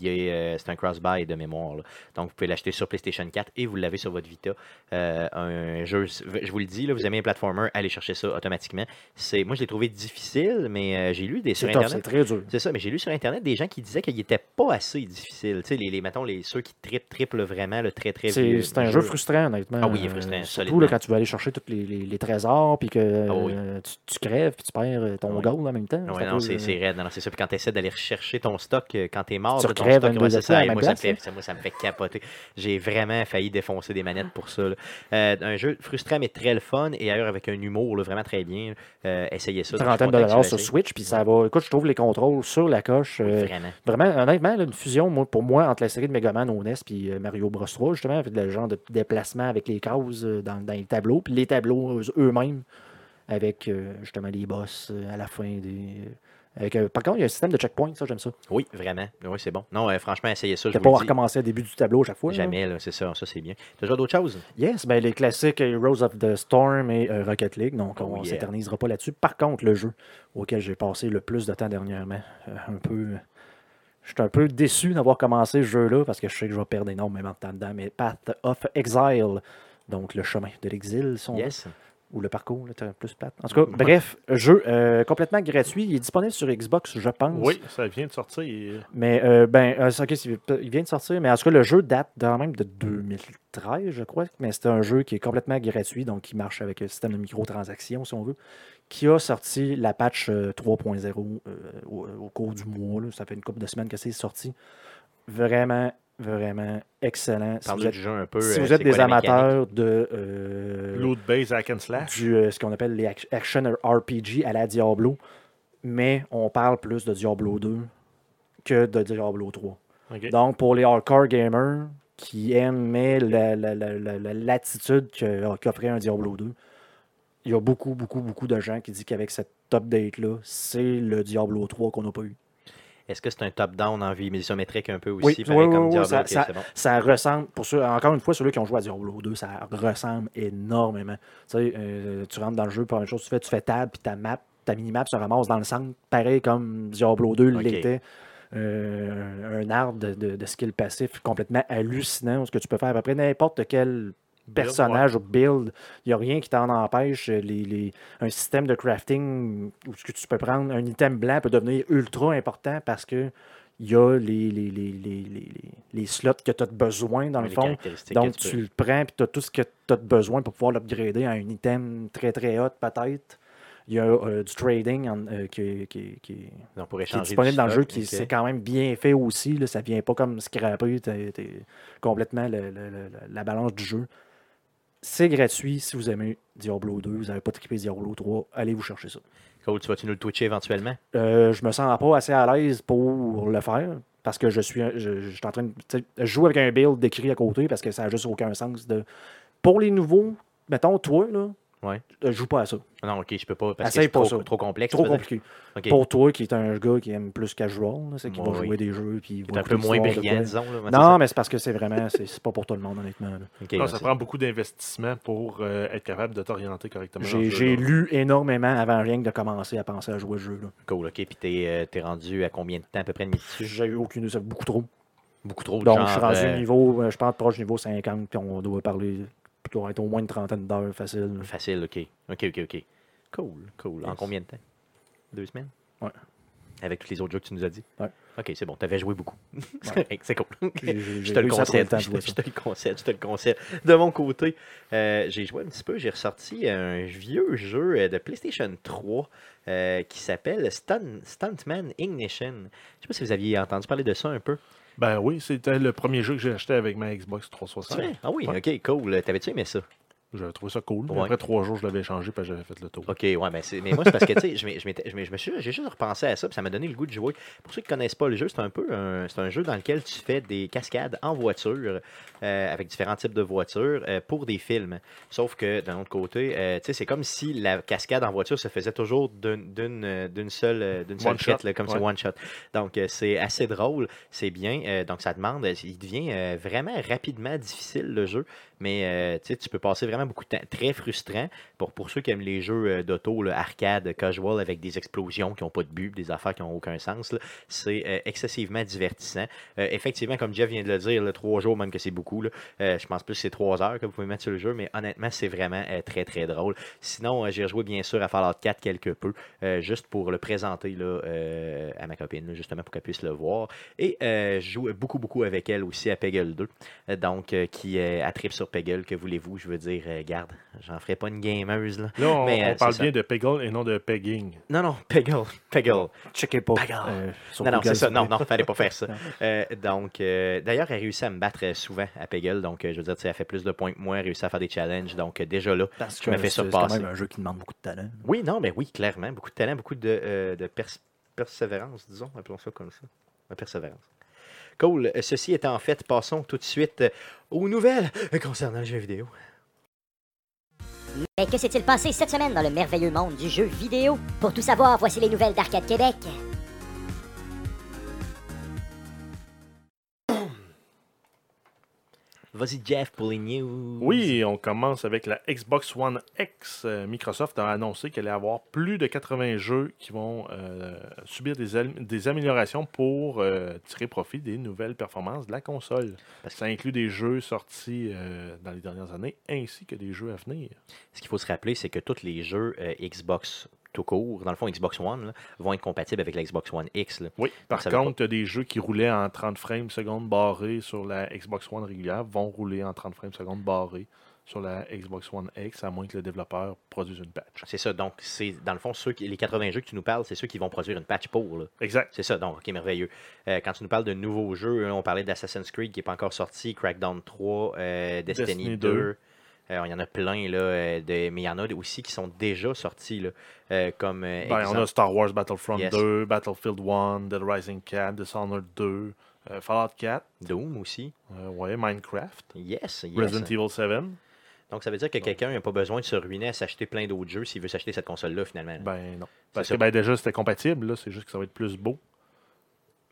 A: il est, euh, c'est un cross-buy de mémoire. là. Donc, vous pouvez l'acheter sur PlayStation 4 et vous l'avez sur votre Vita. Euh, un jeu, je vous le dis, là, vous aimez un platformer, allez chercher ça automatiquement. C'est, moi, je l'ai trouvé difficile, mais euh, j'ai lu des sur
B: C'est tough, c'est
A: Internet.
B: très dur.
A: C'est ça, mais j'ai lu sur Internet des gens qui disaient qu'il n'était pas assez difficile. Tu sais, les, les, mettons, les, ceux qui trippent, trippent là, vraiment, le très, très vieux
B: C'est c'est un jeu frustrant, honnêtement.
A: Ah oui, il est frustrant,
B: frustrant. Surtout
A: solidement.
B: là, quand tu vas aller chercher tous les, les- les trésors, puis que
A: Ah oui. Ah
B: euh, tu, tu crèves, puis tu perds euh, ton
A: Oui.
B: gold en même temps.
A: Ouais,
B: Ça
A: non,
B: peut,
A: c'est
B: euh,
A: c'est raide. Non, non, c'est ça. Puis quand tu essaies d'aller rechercher ton stock, euh, quand t'es mort,
B: Tu
A: là, ton
B: recrèves
A: stock,
B: une
A: ouais,
B: deuxième
A: c'est ça.
B: fois à hein.
A: Et
B: la
A: moi,
B: même
A: ça me
B: place,
A: fait, ça- moi, ça me fait capoter. J'ai vraiment failli défoncer des manettes pour ça. là. Euh, un jeu frustrant, mais très le fun. Et ailleurs, avec un humour là, vraiment très bien. Euh, essayez ça. donc, je suis
B: trentaine
A: content
B: de
A: que tu
B: dollars
A: l'as
B: sur
A: essayé.
B: Switch, puis ça va. Écoute, je trouve les contrôles sur la coche. euh,
A: Vraiment.
B: Vraiment, honnêtement, là, une fusion, moi, pour moi, entre la série de Megaman au NES puis euh, Mario Bros 3, justement, avec le genre de déplacement avec les cases euh, dans, dans les tableaux, puis les tableaux eux- eux-mêmes, avec euh, justement les boss euh, à la fin des. avec, euh, par contre, il y a un système de checkpoint, ça, j'aime ça.
A: Oui, vraiment. Oui, c'est bon. Non, euh, franchement, essayez ça. Je
B: T'as
A: vous
B: pas à
A: le dis.
B: recommencer au début du tableau à chaque fois. là.
A: Jamais, là, c'est ça. Ça, c'est bien. Tu joué à d'autres choses?
B: Yes, ben, les classiques euh, Heroes of the Storm et euh, Rocket League, donc
A: Oh,
B: on
A: yeah.
B: s'éternisera pas là-dessus. Par contre, le jeu auquel j'ai passé le plus de temps dernièrement, euh, un peu. Je suis un peu déçu d'avoir commencé ce jeu-là parce que je sais que je vais perdre énormément de temps dedans, mais Path of Exile, donc le chemin de l'exil, si on veut,
A: Yes. Mm-hmm.
B: ou le parcours, là, t'as plus plate. En tout cas, bref, jeu euh, complètement gratuit. Il est disponible sur Xbox, je
A: Ah,
B: pense.
C: Oui, ça vient de sortir.
B: Mais euh, ben, euh, c'est- ok, c'est- il vient de sortir, mais en tout cas, le jeu date quand même de 2013, je crois. Mais c'était un jeu qui est complètement gratuit, donc qui marche avec un système de microtransactions, si on veut, qui a sorti la patch euh, 3.0 euh, au, au cours du mois. là. Ça fait une couple de semaines que c'est sorti. Vraiment, vraiment excellent. Si vous
A: Parle-nous
B: êtes,
A: du jeu un peu.
B: si
A: euh,
B: vous
A: c'est
B: êtes
A: quoi
B: des
A: la mécanique?
B: amateurs de euh,
C: Loot base hack and slash.
B: du, euh, ce qu'on appelle les ac- action RPG à la Diablo, mais on parle plus de Diablo 2 que de Diablo 3.
C: Ok.
B: Donc, pour les hardcore gamers qui aiment mais la- la- la- la- la- l'attitude que- euh, qu'offrait un Diablo 2, il y a beaucoup, beaucoup, beaucoup de gens qui disent qu'avec cette update-là, c'est le Diablo 3 qu'on n'a pas eu.
A: Est-ce que c'est un top-down en vue isométrique un peu aussi?
B: Oui,
A: pareil
B: oui, oui,
A: comme
B: oui,
A: Diablo?
B: ça-
A: Ok,
B: ça-
A: c'est bon.
B: ça ressemble, pour ceux, encore une fois, ceux-là qui ont joué à Diablo 2, ça ressemble énormément. Tu sais, euh, tu rentres dans le jeu, première chose que tu fais, tu fais tab, puis ta map, ta minimap se ramasse dans le centre, pareil comme Diablo 2
A: Ok.
B: l'était. Euh, un arbre de, de, de skill passif complètement hallucinant, où ce que tu peux faire à peu près n'importe quel personnage ou build, il n'y a rien qui t'en empêche. Les, les- un système de crafting où ce que tu peux prendre un item blanc peut devenir ultra important parce que il y a les, les, les, les, les, les- les slots que tu as besoin dans le
A: Les
B: fond.
A: caractéristiques que
B: Donc,
A: tu peux-
B: tu le prends et tu as tout ce que tu as de besoin pour pouvoir l'upgrader à un item très très hot, peut-être. Il y a euh, du trading en- euh, qui, est- qui est- qui est-
A: Donc, pour
B: qui est
A: échanger du
B: disponible dans le jeu,
A: stock,
B: qui
A: ok.
B: c'est quand même bien fait aussi. Là, ça vient pas comme scraper t'es- t'es complètement le- le- le- la balance du jeu. C'est gratuit si vous aimez Diablo 2, vous n'avez pas trippé Diablo 3, allez vous chercher ça.
A: Cool, tu vas-tu nous le twitcher éventuellement?
B: Euh, je me sens pas assez à l'aise pour le faire parce que je suis, je, je suis en train de tu sais, je joue avec un build décrit à côté parce que ça n'a juste aucun sens. de Pour les nouveaux, mettons, toi, là,
A: Ouais.
B: je joue pas à ça.
A: Non, ok, je peux pas. Parce que
B: Essaye
A: c'est
B: pas
A: trop,
B: ça.
A: trop complexe.
B: Trop
A: peut-être.
B: compliqué.
A: Ok.
B: Pour toi, qui est un gars qui aime plus casual, là, c'est qui
A: Ouais,
B: va jouer
A: oui.
B: des jeux. Puis il
A: C'est
B: va
A: un peu
B: écouter
A: moins
B: l'histoire de
A: brillant,
B: quoi.
A: disons. Là, ouais,
B: Non, mais c'est parce que c'est vraiment, c'est c'est pas pour tout le monde, honnêtement. là.
A: c'est ça. Ok,
C: Non,
A: ouais,
C: ça
A: c'est-
C: prend beaucoup d'investissement pour euh, être capable de t'orienter correctement. dans
B: J'ai
C: ce
B: j'ai
C: jeu-là.
B: lu énormément avant rien que de commencer à penser à jouer au jeu. là.
A: Cool, ok. Puis t'es euh, t'es rendu à combien de temps à peu près de dessus
B: J'ai eu aucune, ça fait beaucoup trop.
A: Beaucoup trop de
B: Donc,
A: genre,
B: je suis rendu
A: euh,
B: niveau, euh, je pense, proche du niveau 50, puis on doit parler, plutôt être au moins une trentaine d'heures facile.
A: Facile, ok. Ok, ok, ok. Cool, cool. En
B: Yes.
A: combien de temps Deux semaines
B: Ouais.
A: Avec tous les autres jeux que tu nous as dit
B: Ouais.
A: Ok, c'est bon. T'avais joué beaucoup. C'est
B: Ouais.
A: correct, c'est cool.
B: J'ai- j'ai-
A: Je
B: j'ai
A: te le
B: réussi à
A: conseille.
B: trouver le temps de
A: Je,
B: jouer
A: te- je
B: ça.
A: te le conseille. Je te le conseille. De mon côté, euh, j'ai joué un petit peu. J'ai ressorti un vieux jeu euh, de PlayStation 3 euh, qui s'appelle Stun- Stuntman Ignition. Je sais pas si vous aviez entendu parler de ça un peu.
C: Ben oui, c'était le premier jeu que j'ai acheté avec ma Xbox
A: C'est
C: 360.
A: vrai? Ah oui,
C: Ouais.
A: ok, cool. T'avais-tu aimé ça?
C: J'avais trouvé ça cool.
A: Ouais.
C: Après trois jours, je l'avais changé parce que j'avais fait le tour.
A: OK, ouais, mais, c'est- mais moi, c'est parce que, tu sais, je m'ai- je m'étais- je m'ai- je me suis- j'ai juste repensé à ça, puis ça m'a donné le goût de jouer. Pour ceux qui connaissent pas le jeu, c'est un peu un, c'est un jeu dans lequel tu fais des cascades en voiture, euh, avec différents types de voitures, euh, pour des films. Sauf que, d'un autre côté, euh, tu sais, c'est comme si la cascade en voiture se faisait toujours d'une- d'une euh, d'une seule, euh, d'une seule
C: One shot,
A: shot, là, comme c'est
C: ouais.
A: one shot. Donc, euh, c'est assez drôle, c'est bien. euh, donc, ça demande, euh, il devient euh, vraiment rapidement difficile, le jeu, mais euh, tu sais, tu peux passer vraiment beaucoup de temps, très frustrant pour, pour ceux qui aiment les jeux euh, d'auto, là, arcade, casual, avec des explosions qui n'ont pas de but, des affaires qui n'ont aucun sens, là, c'est euh, excessivement divertissant. Euh, effectivement, comme Jeff vient de le dire, là, trois jours, même que c'est beaucoup, là, euh, je pense plus que c'est trois heures que vous pouvez mettre sur le jeu, mais honnêtement, c'est vraiment euh, très, très drôle. Sinon, euh, j'ai rejoué bien sûr à Fallout 4 quelque peu, euh, juste pour le présenter là, euh, à ma copine, là, justement pour qu'elle puisse le voir. Et euh, je joue beaucoup, beaucoup avec elle aussi à Peggle 2. Euh, Donc, euh, qui euh, à trip sur Peggle, que voulez-vous, je veux dire, euh, garde, j'en ferai pas une gameuse, là.
C: Là, on,
A: Mais, euh,
C: on parle
A: c'est ça.
C: bien de Peggle et non de Pegging.
A: Non, non, Peggle, Peggle.
B: Checkez pas.
A: Bagarre.
B: euh, sur
A: Non, non,
B: Google,
A: c'est ça.
B: s'il vous
A: Non,
B: plaît.
A: non, fallait pas faire ça. Euh, donc, euh, d'ailleurs, elle réussit à me battre euh, souvent à Peggle. Donc, euh, je veux dire, tu sais, elle fait plus de points que moi, elle réussit à faire des challenges. Donc, euh, déjà là,
B: Parce
A: je me
B: que
A: fais
B: c'est c'est quand
A: surpasser.
B: même un jeu qui demande beaucoup de talent.
A: Oui, non, mais oui, clairement. Beaucoup de talent, beaucoup de, euh, de pers- persévérance, disons. Appelons ça comme ça. La persévérance. Cool. Euh, Ceci étant fait, passons tout de suite euh, aux nouvelles euh, concernant le jeu vidéo.
D: Mais que s'est-il passé cette semaine dans le merveilleux monde du jeu vidéo Pour tout savoir, voici les nouvelles d'Arcade Québec.
A: Vas-y, Jeff, pour les news.
C: Oui, on commence avec la Xbox One X. Euh, Microsoft a annoncé qu'elle allait avoir plus de 80 jeux qui vont euh, subir des, am- des améliorations pour euh, tirer profit des nouvelles performances de la console.
A: Parce que-
C: ça inclut des jeux sortis euh, dans les dernières années ainsi que des jeux à venir.
A: Ce qu'il faut se rappeler, c'est que tous les jeux euh, Xbox tout court, dans le fond Xbox One, là, vont être compatibles avec la Xbox One X. là.
C: Oui, par
A: ça veut
C: contre, t'as des jeux qui roulaient en 30 frames secondes barrés sur la Xbox One régulière vont rouler en 30 frames secondes barrés sur la Xbox One X, à moins que le développeur produise une patch.
A: C'est ça. Donc, c'est dans le fond, ceux qui- les 80 jeux que tu nous parles, c'est ceux qui vont produire une patch pour. là.
C: Exact.
A: C'est ça, donc, ok, merveilleux. Euh, quand tu nous parles de nouveaux jeux, là, on parlait d'Assassin's Creed qui n'est pas encore sorti, Crackdown 3, euh, Destiny,
C: Destiny
A: 2.
C: 2.
A: Euh, il y en a plein, là, euh, de- mais il y en a aussi qui sont déjà sortis, là, euh, comme euh,
C: Ben, on
A: exemple-
C: a Star Wars Battlefront
A: Yes.
C: 2, Battlefield 1, Dead Rising 4, Dishonored 2, euh, Fallout 4,
A: Doom aussi.
C: euh, ouais, Minecraft,
A: Yes, yes.
C: Resident Evil 7.
A: Donc, ça veut dire que quelqu'un n'a pas besoin de se ruiner à s'acheter plein d'autres jeux s'il veut s'acheter cette console-là, finalement.
C: Ben non. Parce
A: ça.
C: que ben, déjà, c'était compatible, là, c'est juste que ça va être plus beau,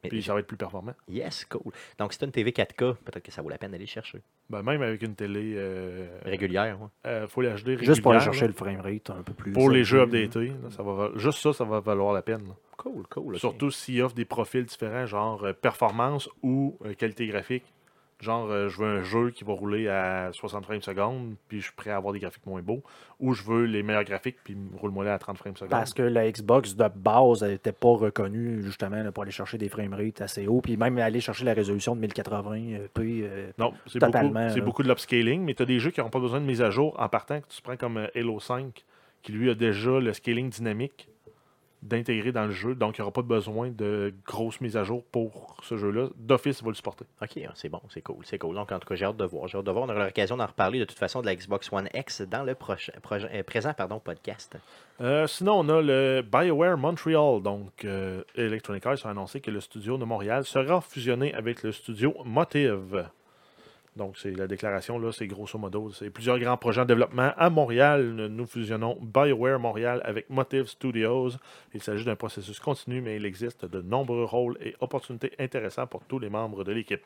A: Mais-
C: puis ça va être plus performant.
A: yes, cool. Donc, si tu une TV 4K, peut-être que ça vaut la peine d'aller chercher.
C: Ben, même avec une télé euh,
A: Régulière, ouais.
C: euh, Full HD régulière.
B: Juste pour aller
C: là,
B: chercher le framerate un peu plus.
C: Pour les jeux
B: élevé, là.
C: updatés, là, ça va, val- juste ça, ça va valoir la peine. là.
A: Cool, cool. ok.
C: Surtout s'ils offrent des profils différents, genre euh, performance ou euh, qualité graphique. Genre, euh, je veux un jeu qui va rouler à 60 frames secondes, puis je suis prêt à avoir des graphiques moins beaux. Ou je veux les meilleurs graphiques, puis roule-moi à 30 frames secondes.
B: Parce que la Xbox de base n'était pas reconnue justement là, pour aller chercher des framerates assez hauts, puis même aller chercher la résolution de 1080p. euh,
C: Non, c'est beaucoup,
B: Totalement,
C: c'est
B: là.
C: beaucoup de l'upscaling, mais tu as des jeux qui n'ont pas besoin de mise à jour en partant que tu prends comme euh, Halo 5, qui lui a déjà le scaling dynamique d'intégrer dans le jeu, donc il n'y aura pas besoin de grosses mises à jour pour ce jeu-là. D'office, il va le supporter.
A: OK, ah, c'est bon, c'est cool, c'est cool. Donc, en tout cas, j'ai hâte de voir. J'ai hâte de voir. On aura l'occasion d'en reparler de toute façon de la Xbox One X dans le prochain, prochain- euh, présent pardon, podcast.
C: Euh, sinon, on a le BioWare Montreal. Donc, euh, Electronic Arts a annoncé que le studio de Montréal sera fusionné avec le studio Motive. Donc, c'est la déclaration, là, c'est grosso modo, c'est plusieurs grands projets en développement. À Montréal, nous fusionnons BioWare Montréal avec Motive Studios. Il s'agit d'un processus continu, mais il existe de nombreux rôles et opportunités intéressants pour tous les membres de l'équipe.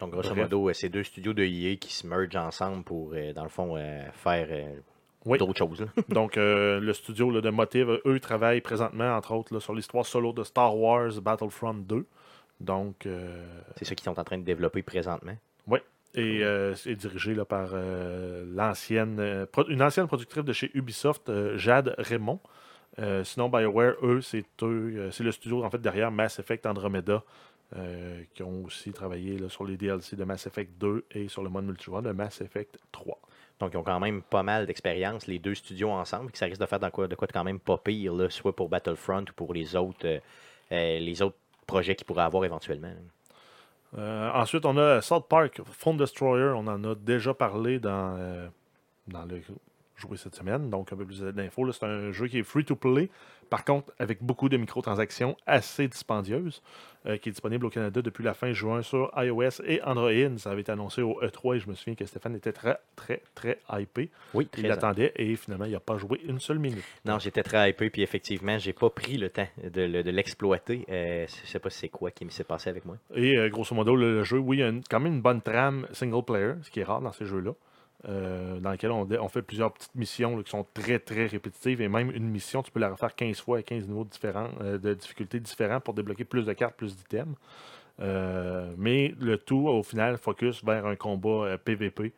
A: Donc, grosso
C: Bref.
A: modo, euh, c'est deux studios de EA qui se mergent ensemble pour, euh, dans le fond, euh, faire euh,
C: Oui.
A: d'autres choses. là.
C: Donc, euh, le studio là, de Motive, euh, eux, travaillent présentement, entre autres, là, sur l'histoire solo de Star Wars Battlefront 2. Donc, euh,
A: C'est ce qu'ils sont en train de développer présentement.
C: et euh, c'est dirigé là, par euh, l'ancienne, euh, pro- une ancienne productrice de chez Ubisoft, euh, Jade Raymond. Euh, sinon, BioWare, eux, c'est eux, euh, c'est le studio en fait derrière Mass Effect Andromeda, euh, qui ont aussi travaillé là, sur les DLC de Mass Effect 2 et sur le mode multijoueur de Mass Effect 3.
A: Donc, ils ont quand même pas mal d'expérience, les deux studios ensemble, que ça risque de faire dans quoi, de quoi de quand même pas pire, là, soit pour Battlefront ou pour les autres, euh, euh, les autres projets qu'ils pourraient avoir éventuellement.
C: Euh, ensuite, on a South Park, Phone Destroyer. On en a déjà parlé dans, euh, dans le jouer cette semaine. Donc, un peu plus d'infos. là. C'est un jeu qui est free to play. Par contre, avec beaucoup de microtransactions assez dispendieuses, euh, qui est disponible au Canada depuis la fin juin sur iOS et Android. Ça avait été annoncé au E3 et je me souviens que Stéphane était très, très, très hypé.
A: Oui,
C: Il l'attendait et finalement, il n'a pas joué une seule minute.
A: Non, j'étais très hypé, puis effectivement, j'ai pas pris le temps de, le- de l'exploiter. Euh, je sais pas c'est quoi qui s'est passé avec moi.
C: Et euh, grosso modo, le, le jeu, oui, il y a une- quand même une bonne trame single player, ce qui est rare dans ces jeux-là, euh, dans lequel on, dé- on fait plusieurs petites missions là, qui sont très, très répétitives. Et même une mission, tu peux la refaire 15 fois à 15 niveaux différents, euh, de difficultés différents pour débloquer plus de cartes, plus d'items. Euh, mais le tout, au final, focus vers un combat euh, PVP,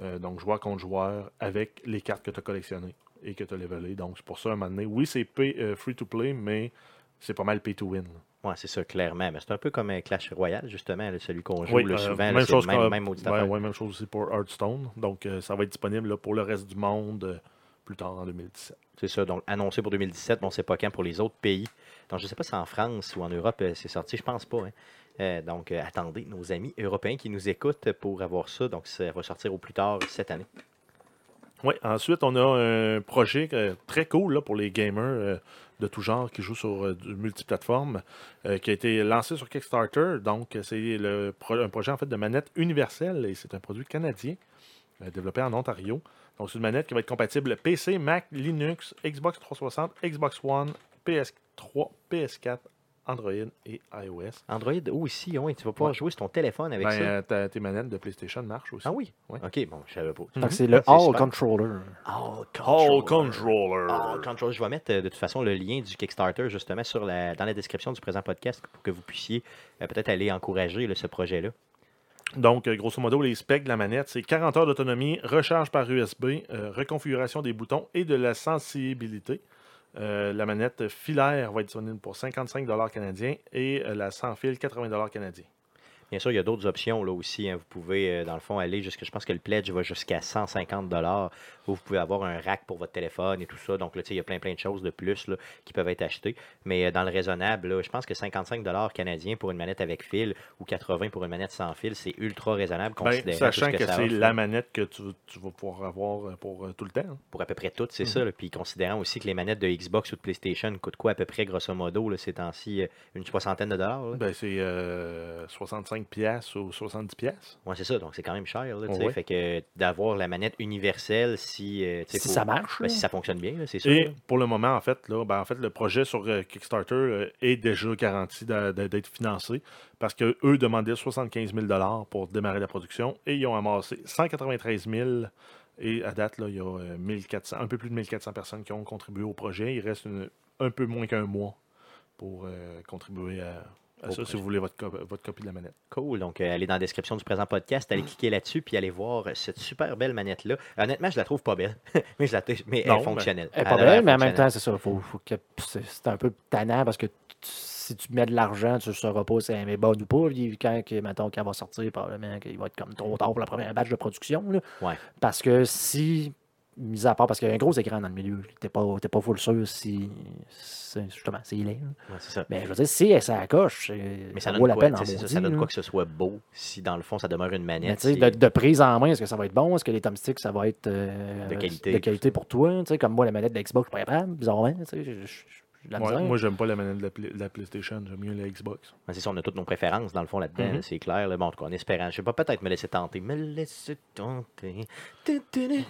C: euh, donc joueur contre joueur, avec les cartes que tu as collectionnées et que tu as levelées. Donc, c'est pour ça, à un moment donné, oui, c'est pay- euh, free to play, mais c'est pas mal pay to win. là.
A: Ouais, c'est ça, clairement. Mais c'est un peu comme un Clash Royale, justement, là, celui qu'on joue
C: Oui,
A: là,
C: euh,
A: souvent. là,
C: même,
A: c'est le
C: chose
A: même,
C: qu'on-
A: même maudite
C: ouais,
A: affaire.
C: ouais, même chose aussi pour Hearthstone. Donc, euh, ça va être disponible là, pour le reste du monde euh, plus tard en 2017.
A: C'est ça, donc annoncé pour 2017, mais on ne sait pas quand pour les autres pays. Donc je ne sais pas si en France ou en Europe euh, c'est sorti, je pense pas. hein. Euh, donc euh, attendez nos amis européens qui nous écoutent pour avoir ça. Donc ça va sortir au plus tard cette année.
C: Ouais, ensuite, on a un projet euh, très cool là, pour les gamers euh, de tout genre qui jouent sur euh, du multiplateforme euh, qui a été lancé sur Kickstarter. Donc, euh, c'est le pro- un projet en fait de manette universelle et c'est un produit canadien euh, développé en Ontario. Donc, c'est une manette qui va être compatible PC, Mac, Linux, Xbox 360, Xbox One, PS3, PS4, Android et iOS.
A: Android, oh ici, ouais, tu vas pouvoir
C: Ouais.
A: jouer sur ton téléphone avec
C: Ben,
A: ça.
C: euh, ta- tes manettes de PlayStation marchent aussi.
A: Ah oui?
C: ouais.
A: Ok, bon, je savais pas.
C: Mhm.
B: Donc, Ah, c'est le
A: C'est
B: All
A: super.
B: Controller.
A: All
C: All
A: controller.
C: Controller.
A: All controller. Je vais mettre euh, de toute façon le lien du Kickstarter justement sur la, dans la description du présent podcast pour que vous puissiez euh, peut-être aller encourager là, ce projet-là.
C: Donc, euh, grosso modo, les specs de la manette, c'est 40 heures d'autonomie, recharge par USB, euh, reconfiguration des boutons et de la sensibilité. Euh, la manette filaire va être disponible pour 55 canadiens et euh, la sans fil 80 canadiens. Ben,
A: Bien sûr, il y a d'autres options là aussi. hein. Vous pouvez, euh, dans le fond, aller jusqu'à. Je pense que le pledge va jusqu'à 150 où vous pouvez avoir un rack pour votre téléphone et tout ça. Donc, là, tu sais, il y a plein, plein de choses de plus là, qui peuvent être achetées. Mais euh, dans le raisonnable, là, je pense que 55 canadiens pour une manette avec fil ou 80 pour une manette sans fil, c'est ultra raisonnable
C: Ben,
A: considérant tout ce
C: sachant que,
A: ça
C: c'est
A: offre,
C: la
A: là,
C: manette que tu, tu vas pouvoir avoir euh, pour euh, tout le temps. hein.
A: pour à peu près tout,
B: Mhm.
A: c'est ça. là. Puis considérant aussi que les manettes de Xbox ou de PlayStation coûtent quoi à peu près, grosso modo, là, ces temps-ci, euh, une soixantaine de dollars. là.
C: Ben, c'est euh, 65 pièces ou 70 pièces.
A: Ouais, c'est ça. Donc, c'est quand même cher. Là, tu sais.
C: Ouais.
A: Fait que d'avoir la manette universelle, si, euh, tu sais,
B: Si
A: faut-
B: ça marche.
A: Ben,
B: là.
A: si ça fonctionne bien, là, c'est sûr.
C: Et pour le moment, en fait, là, ben, en fait le projet sur euh, Kickstarter euh, est déjà garanti d'a- d'a- d'être financé parce qu'eux demandaient 75 000 pour démarrer la production et ils ont amassé 193 000 et à date, là, il y a euh, 1400, un peu plus de 1400 personnes qui ont contribué au projet. Il reste une- un peu moins qu'un mois pour euh, contribuer à, à
A: Au
C: ça si
A: projet.
C: vous voulez votre, cop- votre copie de la manette.
A: Cool. Donc, euh, allez dans la description du présent podcast, allez cliquer là-dessus, puis allez voir cette super belle manette-là. Honnêtement, je la trouve pas belle, mais, je la t- mais
C: Non,
A: elle est
C: ben,
A: fonctionnelle.
B: Elle est
A: a
B: Eh, pas
A: l'air
B: belle, mais en même
A: fonctionnelle.
B: temps, c'est ça. Faut, faut que, c'est, c'est un peu tannant parce que tu- si tu mets de l'argent, tu ne sauras pas si elle est bonne ou pas. Puis Quand, que, mettons, quand elle va sortir, probablement qu'il va être comme trop tard pour la première batch de production. là.
A: Ouais.
B: Parce que si, mis à part, parce qu'il y a un gros écran dans le milieu, tu n'es pas, t'es pas full sûr si, c'est- justement, c'est laid. là.
A: Ouais, c'est ça.
B: Mais je veux dire, si elle s'accroche,
A: Mais
B: ça,
A: ça,
B: ben, vaut
A: donne
B: la
A: quoi,
B: peine en
A: tu sais, ça, ça
B: maudit,
A: donne
B: là.
A: quoi que ce soit beau si, dans le fond, ça demeure une
B: Mais
A: manette.
B: tu sais, de,
A: c'est-
B: de prise en main, est-ce que ça va être bon? Est-ce que les thumbsticks, ça va être euh,
A: De qualité.
B: pour toi? Tu sais, comme moi, la manette de Xbox, je suis pas capable, bizarrement. tu sais, j'ai- j'ai- j'ai de la
C: Ouais,
B: misère.
C: moi, j'aime pas la manette de la, Pla- de la PlayStation, j'aime mieux la Xbox.
A: Ouais, Ben, c'est ça, on a toutes nos préférences, dans le fond, là-dedans,
B: Mm-hmm.
C: Mhm.
A: là, c'est clair. là. Bon, en tout cas, en espérant. Je sais pas, peut-être me laisser tenter. Me laisser tenter. Tudu.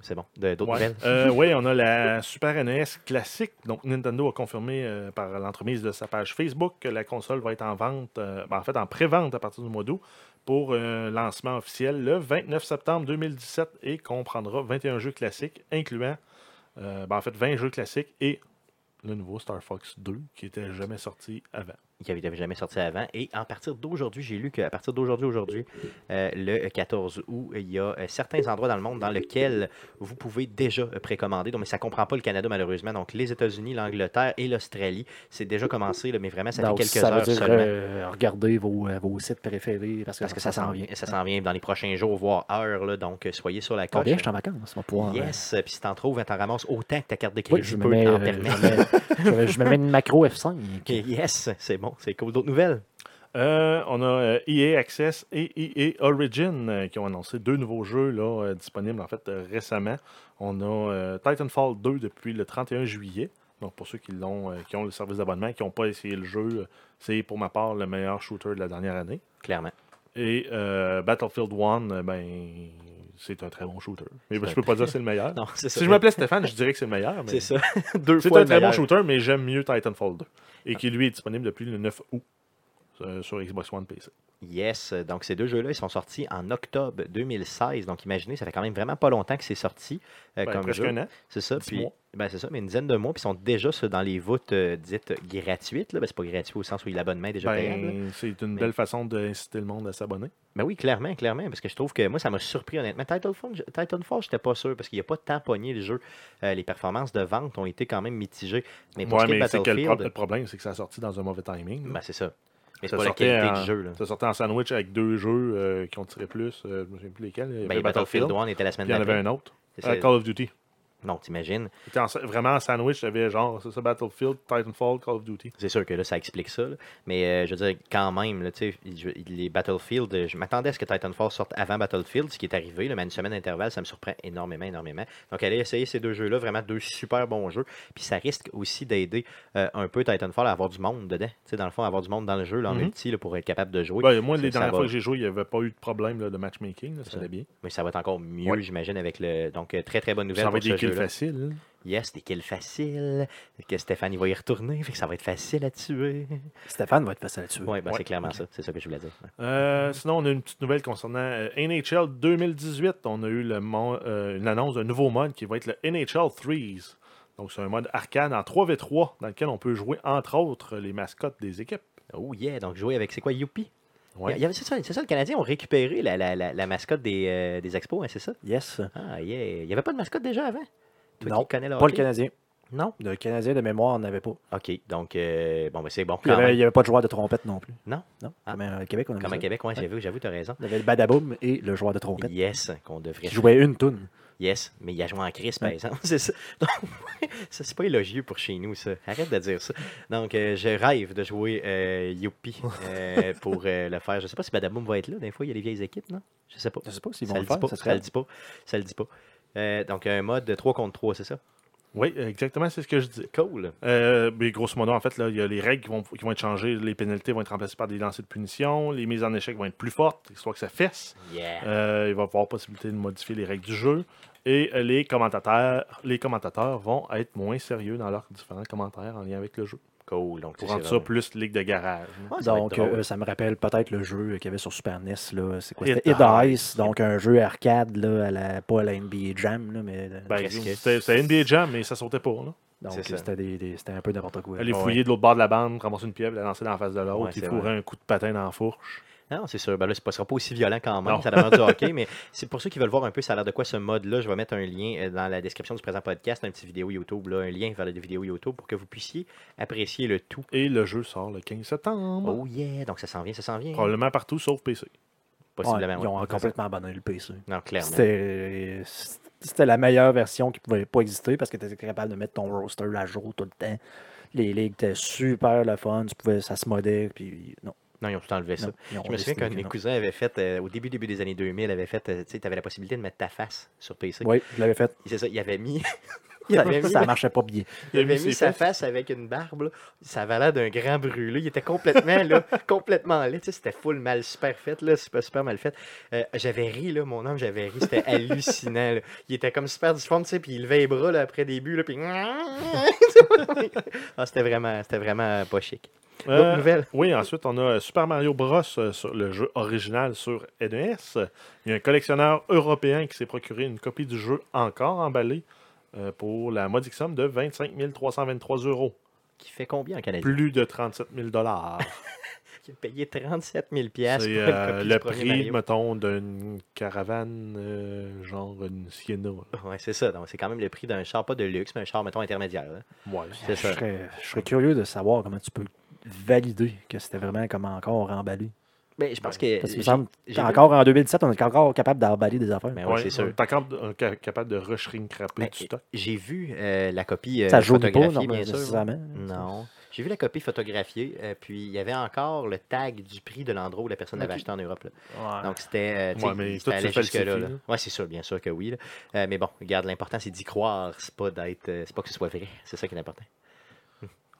A: C'est bon. De- D'autres
C: Ouais.
A: nouvelles?
C: Euh, oui, on a la Super NES classique. Donc, Nintendo a confirmé euh, par l'entremise de sa page Facebook que la console va être en vente, euh, ben, en fait, en pré-vente à partir du mois d'août pour euh, lancement officiel le 29 septembre 2017 et comprendra 21 jeux classiques, incluant, euh, ben, en fait, 20 jeux classiques et le nouveau Star Fox 2 qui était jamais sorti avant.
A: qui avait jamais sorti avant. Et en partir d'aujourd'hui, j'ai lu qu'à partir d'aujourd'hui, aujourd'hui, euh, le 14 août, il y a euh, certains endroits dans le monde dans lesquels vous pouvez déjà euh, précommander. Donc, mais ça ne comprend pas le Canada, malheureusement. Donc, les États-Unis, l'Angleterre et l'Australie, c'est déjà commencé, là, mais vraiment, ça
B: Donc,
A: fait quelques
B: ça veut
A: heures
B: dire
A: seulement.
B: euh, regardez vos, euh, vos sites préférés parce que,
A: Parce que ça s'en vient. Ça s'en vient dans les prochains jours, voire heures. là. donc, euh, soyez sur la coche.
B: Combien je suis en vacances? On va pouvoir. euh,
A: Yes, euh, puis si t'en trouves, t'en ramasses autant que ta carte de
B: oui,
A: crédit
B: je, me
A: peut
B: mets,
A: t'en
B: euh,
A: permettre.
B: je, me mets, je me mets une macro F5.
A: Ok, Yes, c'est bon, c'est cool. D'autres nouvelles?
C: Euh, on a euh, EA Access et EA Origin euh, qui ont annoncé deux nouveaux jeux là, euh, disponibles en fait euh, récemment. On a euh, Titanfall 2 depuis le 31 juillet. Donc pour ceux qui l'ont, euh, qui ont le service d'abonnement, qui n'ont pas essayé le jeu, euh, c'est pour ma part le meilleur shooter de la dernière année.
A: clairement.
C: Et euh, Battlefield 1, euh, ben c'est un très bon shooter. Mais ben, je peux pas dire que c'est le meilleur.
A: Non, c'est ça.
C: Si je m'appelais Stéphane, je dirais que c'est le meilleur. mais-
A: C'est ça. Deux
C: c'est
A: fois
C: un
A: le
C: très bon
A: meilleur. Ah.
C: shooter, mais j'aime mieux Titanfall 2. Et qui, lui, est disponible depuis le 9 août euh, sur Xbox One PC.
A: Yes, euh, donc ces deux jeux-là, ils sont sortis en octobre 2016. Donc imaginez, ça fait quand même vraiment pas longtemps que c'est sorti euh,
C: Ben,
A: comme
C: presque
A: jeu.
C: un an.
A: C'est ça.
C: dix
A: Puis,
C: mois.
A: ben, c'est ça, mais une dizaine de mois, puis ils sont déjà sur- dans les voûtes euh, dites gratuites. Là. Ben, c'est pas gratuit au sens où l'abonnement est déjà payable. là.
C: Ben, c'est une
A: Mais-
C: belle façon d'inciter le monde à s'abonner.
A: Ben oui, clairement, clairement, parce que je trouve que moi, ça m'a surpris honnêtement. Titanfall, je- Titanfall j'étais pas sûr, parce qu'il n'y a pas tant pogné le jeu. Euh, les performances de vente ont été quand même mitigées. Mais pour
C: Ouais,
A: ce qui est de
C: mais c'est que le, pro- le
A: Battlefield,
C: problème, c'est que ça a sorti dans un mauvais timing. là.
A: ben, c'est ça. Mais c'est
C: Ça
A: pas la
C: sortait
A: qualité
C: en-
A: du jeu. Là.
C: Ça sortait en sandwich avec deux jeux euh, qui ont tiré plus. euh, je me souviens plus lesquels. Il y
A: Ben,
C: avait Battlefield,
A: Battlefield 1 était la
C: puis
A: semaine
C: il y en avait
A: dernière.
C: un autre. Euh, Call of Duty.
A: Non, t'imagines.
C: C'était en sa- vraiment en sandwich. Il y avait genre c'est ça, Battlefield, Titanfall, Call of Duty.
A: C'est sûr que là, ça explique ça. là. Mais euh, je veux dire, quand même, là, tu sais, je- les Battlefield, euh, je m'attendais à ce que Titanfall sorte avant Battlefield, ce qui est arrivé, là, mais à une semaine d'intervalle, ça me surprend énormément, énormément. Donc, allez essayer ces deux jeux-là, vraiment deux super bons jeux. Puis ça risque aussi d'aider euh, un peu Titanfall à avoir du monde dedans. Tu sais, dans le fond, avoir du monde dans le jeu, là, en
C: Mhm.
A: multi, là, pour être capable de jouer.
C: Ben, moi, les
A: Ça
C: dernières
A: va.
C: fois que j'ai joué, il n'y avait pas eu de problème là, de matchmaking. là, ça
A: ça.
C: allait bien.
A: Mais ça va être encore mieux,
C: Ouais.
A: j'imagine, avec le. Donc, euh, très, très bonne nouvelle
C: Ça va
A: pour
C: être des
A: ce
C: kills
A: jeu-là.
C: faciles.
A: Yes, des kills faciles. Que Stéphane, il va y retourner, fait que ça va être facile à tuer.
B: Stéphane va être facile à tuer.
A: Oui, ben,
C: Ouais.
A: c'est clairement ça. C'est ça que je voulais dire.
C: Euh, sinon, on a une petite nouvelle concernant euh, NHL 2018. On a eu le mon- euh, une annonce d'un nouveau mode qui va être le NHL 3s. Donc, c'est un mode arcade en 3v3 dans lequel on peut jouer, entre autres, les mascottes des équipes.
A: Oh yeah, donc jouer avec, c'est quoi, Youpi?
C: Ouais.
A: Il y avait- C'est ça, c'est ça, le Canadien ont récupéré la, la- la- la mascotte des, euh, des expos, hein, c'est ça?
B: Yes.
A: Ah yeah, il n'y avait pas de mascotte déjà avant? Toi
B: Non,
A: qui connais le
B: Pas le
A: hockey?
B: Canadien.
A: Non?
B: Le Canadien de mémoire on n'avait pas.
A: Ok, donc, euh, bon, ben c'est bon.
B: Puis
A: Quand
B: il n'y avait,
A: même,
B: il y avait pas de joueur de trompette non plus.
A: Non.
B: Non.
A: Ah.
B: Comme à Québec, on avait
A: comme à
B: ça.
A: Québec, ouais, j'avoue, j'avoue, t'as raison.
B: On avait le Badaboum et le joueur de trompette.
A: Yes, qu'on devrait
B: Qui jouait une toune.
A: Yes, mais il a joué en crise, par
B: Ouais.
A: exemple. C'est ça. Donc, ça, c'est pas élogieux pour chez nous, ça. Arrête de dire ça. Donc, euh, je rêve de jouer euh, Youpi euh, pour euh, le faire. Je sais pas si Badaboum va être là. Des fois, il y a les vieilles équipes, non? Je sais pas.
B: Je sais pas s'ils
A: ça
B: vont
A: le
B: le
A: dit
B: faire.
A: pas,
B: ça
A: ça,
B: serait-
A: le dit pas. Ça le dit pas. Euh, donc, un mode de 3 contre 3, c'est ça?
C: Oui, euh, exactement, c'est ce que je dis.
A: Cool.
C: Euh, mais grosso modo, en fait, là, il y a les règles qui vont, qui vont être changées. Les pénalités vont être remplacées par des lancers de punition. Les mises en échec vont être plus fortes, histoire que ça fesse.
A: Yeah.
C: Euh, il va y avoir possibilité de modifier les règles du jeu. Et euh, les commentateurs, les commentateurs vont être moins sérieux dans leurs différents commentaires en lien avec le jeu.
A: Cool. Donc, ben,
C: Pour
A: c'est
C: rendre ça
A: vraiment-
C: plus ligue de garage.
A: Ouais, ça va être
B: Donc,
A: drôle.
B: euh, ça me rappelle peut-être le jeu qu'il y avait sur Super NES. là. C'est quoi
C: Hit
B: C'était Hit
C: the
B: the Ice, donc un jeu arcade, là, à la, pas à la NBA Jam, là, mais euh,
C: Ben,
A: Presque.
C: c'était c'était NBA Jam, mais ça sautait pas. Là.
B: donc
A: c'est ça.
B: c'était des- des- c'était un peu n'importe quoi.
C: Aller
A: Ouais.
C: fouiller de l'autre bord de la bande, ramasser une pieuvre, la lancer dans la face de l'autre,
A: Ouais,
C: puis
A: c'est
C: fourrer
A: vrai.
C: un coup de patin dans la fourche.
A: Non, c'est sûr. Ben là, ce ne sera pas aussi violent quand même.
C: Non.
A: Ça demande du hockey, mais c'est pour ceux qui veulent voir un peu ça a l'air de quoi ce mode-là. Je vais mettre un lien euh, dans la description du présent podcast, un petit vidéo YouTube, là, un lien vers la vidéo YouTube pour que vous puissiez apprécier le tout.
C: Et le jeu sort le 15 septembre.
A: Oh yeah, donc ça s'en vient, ça s'en vient.
C: Probablement partout sauf PC.
B: Ouais,
A: Possiblement.
B: ils ont
A: ouais.
B: complètement abandonné le PC.
A: Non, clairement.
B: C'était euh, c'était la meilleure version qui pouvait pas exister parce que tu étais capable de mettre ton roster à jour tout le temps. Les ligues étaient super le fun, tu pouvais, ça se modait, puis non.
A: Non, ils ont tout enlevé ça.
B: non, ils ont
A: Je me souviens
B: décidé
A: qu'un
B: que
A: de mes
B: non.
A: cousins avait fait, euh, au début, début des années 2000, avait fait, euh, tu sais, tu avais la possibilité de mettre ta face sur PC.
B: Oui, je l'avais fait.
A: C'est ça, il avait mis. il avait mis
B: Ça marchait pas bien.
A: Il avait
C: mis ses
A: mis sa face avec une barbe, là. ça avait l'air d'un grand brûlé. Il était complètement là, complètement laid. Tu sais, C'était full mal super fait, là, super, super mal fait. Euh, j'avais ri, là, mon homme, j'avais ri. C'était hallucinant. là. Il était comme super difforme, tu sais, puis il levait les bras là, après début, là, puis. ah, c'était vraiment, c'était vraiment pas chic. D'autres
C: Euh,
A: nouvelles?
C: Oui, ensuite, on a Super Mario Bros. euh, sur le jeu original sur NES. Il y a un collectionneur européen qui s'est procuré une copie du jeu encore emballée euh, pour la modique somme de 25 323 euros.
A: Qui fait combien en Canadien?
C: Plus de 37 000
A: Qui a payé 37 000
C: C'est
A: pour une
C: euh,
A: copie du
C: le
A: premier
C: prix,
A: Mario.
C: mettons, d'une caravane, euh, genre une Sienna. là.
A: Ouais, c'est ça. Donc, c'est quand même le prix d'un char, pas de luxe, mais un char, mettons, intermédiaire. là.
C: Ouais.
A: C'est
B: Ah, Je
A: ça.
B: serais, je serais curieux de savoir comment tu peux valider que c'était vraiment comme encore emballé.
A: Mais je pense que.
B: Parce qu'il me semble,
A: Euh, j'ai-
B: encore en 2007, on est encore capable d'emballer des affaires.
A: Mais ouais,
C: Ouais,
A: c'est sûr.
C: on est encore euh, ca- capable de rush-ring-crapper
A: Ben,
C: du stock.
A: J'ai vu euh, la copie euh,
B: ça joue pas,
A: photographiée,
B: normalement,
A: bien sûr.
B: nécessairement.
A: Non. Je J'ai vu la copie photographiée, euh, puis il y avait encore le tag du prix de l'endroit où la personne l'avait
C: Ok.
A: acheté en Europe. là.
B: Ouais.
A: Donc, c'était. euh, tu sais,
C: Ouais,
A: c'était
C: mais tout se
A: allé
C: falsifie,
A: jusque-là, là.
C: là.
A: Ouais, c'est sûr, bien sûr que oui. là. Euh, mais bon, regarde, l'important, c'est d'y croire. C'est pas d'être. euh, c'est pas que ce soit vrai. C'est ça qui est important.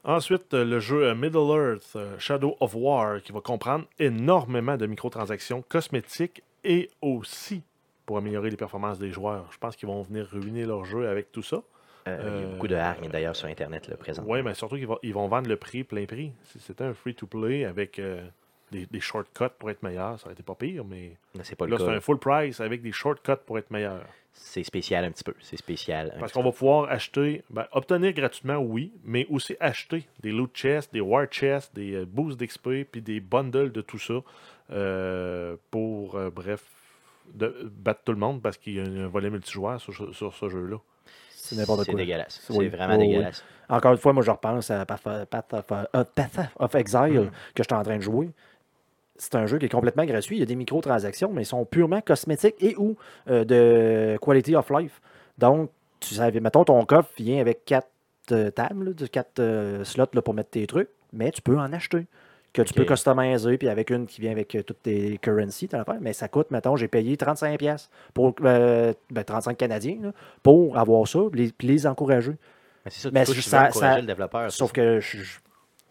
C: Ensuite, euh, le jeu euh, Middle Earth euh, Shadow of War qui va comprendre énormément de microtransactions cosmétiques et aussi pour améliorer les performances des joueurs. Je pense qu'ils vont venir ruiner leur jeu avec tout ça.
A: Euh, il y a beaucoup de hargne, d'ailleurs, sur Internet, le présent.
C: Oui, mais surtout qu'ils vont, ils vont vendre le prix plein prix. Si c'était un free-to-play avec euh, des, des shortcuts pour être meilleur, ça aurait été pas pire, mais
A: Mais C'est pas le
C: là, c'est
A: cas.
C: un full price avec des shortcuts pour être meilleur.
A: C'est spécial un petit peu. C'est spécial. un
C: Parce
A: petit
C: qu'on va pouvoir acheter, ben, obtenir gratuitement, oui, mais aussi acheter des loot chests, des war chests, des euh, boosts d'XP, puis des bundles de tout ça euh, pour, euh, bref, de battre tout le monde parce qu'il y a un volet multijoueur sur, ce- sur ce jeu-là.
A: C'est
B: n'importe quoi.
A: dégueulasse.
B: Oui.
A: C'est vraiment
B: Oui, oui.
A: dégueulasse.
B: Encore une fois, moi, je repense à Path of, Path of- euh, Path of Exile que j'étais en train de jouer. C'est un jeu qui est complètement gratuit. Il y a des microtransactions, mais ils sont purement cosmétiques et ou euh, de quality of life. Donc, tu savais, mettons, ton coffre vient avec quatre euh, tables, là, de- quatre euh, slots là, pour mettre tes trucs, mais tu peux en acheter. Que tu
A: Ok.
B: peux customiser, puis avec une qui vient avec euh, toutes tes currencies, t'as l'affaire. Mais ça coûte, mettons, j'ai payé 35$ piastres pour euh, ben, 35 Canadiens là, pour avoir ça, les- puis les encourager.
A: Mais c'est ça,
B: Mais
A: tu touches,
B: ça-
A: tu veux encourager
B: ça-
A: le développeur.
B: Euh, Sauf que je- je-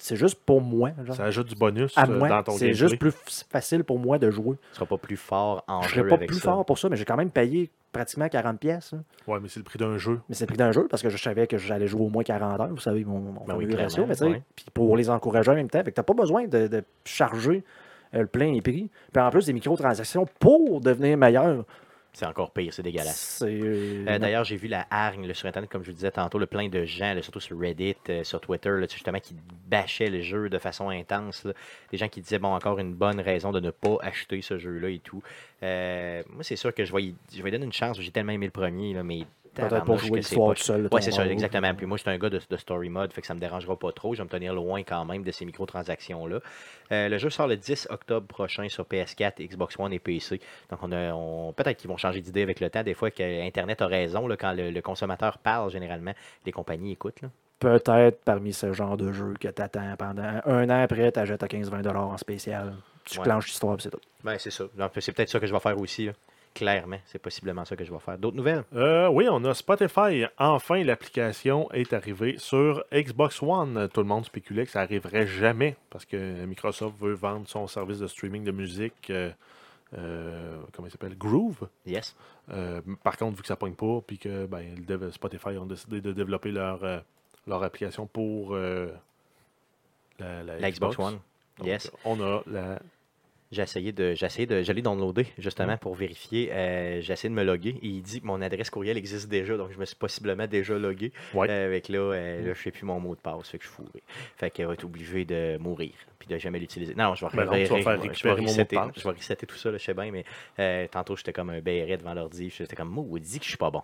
B: c'est juste pour moi. genre.
C: Ça ajoute du bonus
B: à
C: euh,
B: moi,
C: dans ton
B: c'est
C: gameplay.
B: juste plus f- facile pour moi de jouer.
A: Tu seras pas plus fort en
B: Je
A: jeu
B: serais pas
A: avec
B: plus
A: ça.
B: fort pour ça, mais j'ai quand même payé pratiquement 40 pièces. hein.
C: Ouais, mais c'est le prix d'un jeu.
B: Mais c'est le prix d'un jeu parce que je savais que j'allais jouer au moins 40 heures. Vous savez, mon, mon
A: Ben oui,
B: fameux ratio.
A: clairement,
B: Mais tu sais,
A: ouais.
B: puis pour les encourager en même temps, fait que t'as pas besoin de, de charger euh, le plein prix. Puis en plus, des microtransactions pour devenir meilleur.
A: C'est encore pire, c'est dégueulasse.
B: C'est. euh,
A: Euh,
B: non.
A: D'ailleurs, j'ai vu la hargne là, sur Internet, comme je vous disais tantôt, le plein de gens, là, surtout sur Reddit, euh, sur Twitter, là, tu sais, justement, qui bâchaient le jeu de façon intense. là. Des gens qui disaient, bon, encore une bonne raison de ne pas acheter ce jeu-là et tout. Euh, moi, c'est sûr que je vais, y- je vais y donner une chance. J'ai tellement aimé le premier, là, mais.
B: Peut-être pour
A: tabarnouche que
B: jouer
A: c'est
B: l'histoire
A: poche.
B: tout seul. de
A: Ouais,
B: ton
A: c'est ça,
B: rôle.
A: exactement. Puis moi, je suis un gars de, de story mode, fait que ça me dérangera pas trop. Je vais me tenir loin quand même de ces microtransactions-là. Euh, le jeu sort le 10 octobre prochain sur PS4, Xbox One et PC. Donc, on a, on- peut-être qu'ils vont changer d'idée avec le temps. Des fois, que Internet a raison. là, quand le, le consommateur parle, généralement, les compagnies écoutent. là.
B: Peut-être parmi ce genre de jeu que t'attends pendant un an après, t'achètes à 15-20$ en spécial. Tu
A: Ouais.
B: clenches l'histoire, puis c'est tout.
A: Ben, c'est ça. Donc, c'est peut-être ça que je vais faire aussi. là. Clairement, c'est possiblement ça que je vais faire. D'autres nouvelles?
C: Euh, oui, on a Spotify. Enfin, l'application est arrivée sur Xbox One. Tout le monde spéculait que ça arriverait jamais parce que Microsoft veut vendre son service de streaming de musique. euh, euh, comment il s'appelle Groove.
A: Yes.
C: Euh, par contre, vu que ça pogne pas, puis que ben, le dev- Spotify ont décidé de développer leur, euh, leur application pour euh, la, la
A: La Xbox One.
C: Donc,
A: Yes.
C: On a la.
A: J'ai essayé de, j'ai essayé de, je l'ai downloadé justement
C: Mm.
A: pour vérifier. Euh, j'ai essayé de me loguer et il dit que mon adresse courriel existe déjà, donc je me suis possiblement déjà logué.
C: Ouais. Mm.
A: Euh, avec là, euh, là, je sais plus mon mot de passe, fait que je suis fourré. Fait qu'elle va être obligée de mourir puis de jamais l'utiliser. Non, je vais
C: Ben non, tu vas
A: reverrer,
C: faire
A: je vais- je vais
C: récupérer mon mot de
A: resetter-
C: passe.
A: Je vais resetter tout ça, là, je sais bien, mais euh, tantôt j'étais comme un béret devant l'ordi, j'étais comme maudit que je suis pas bon.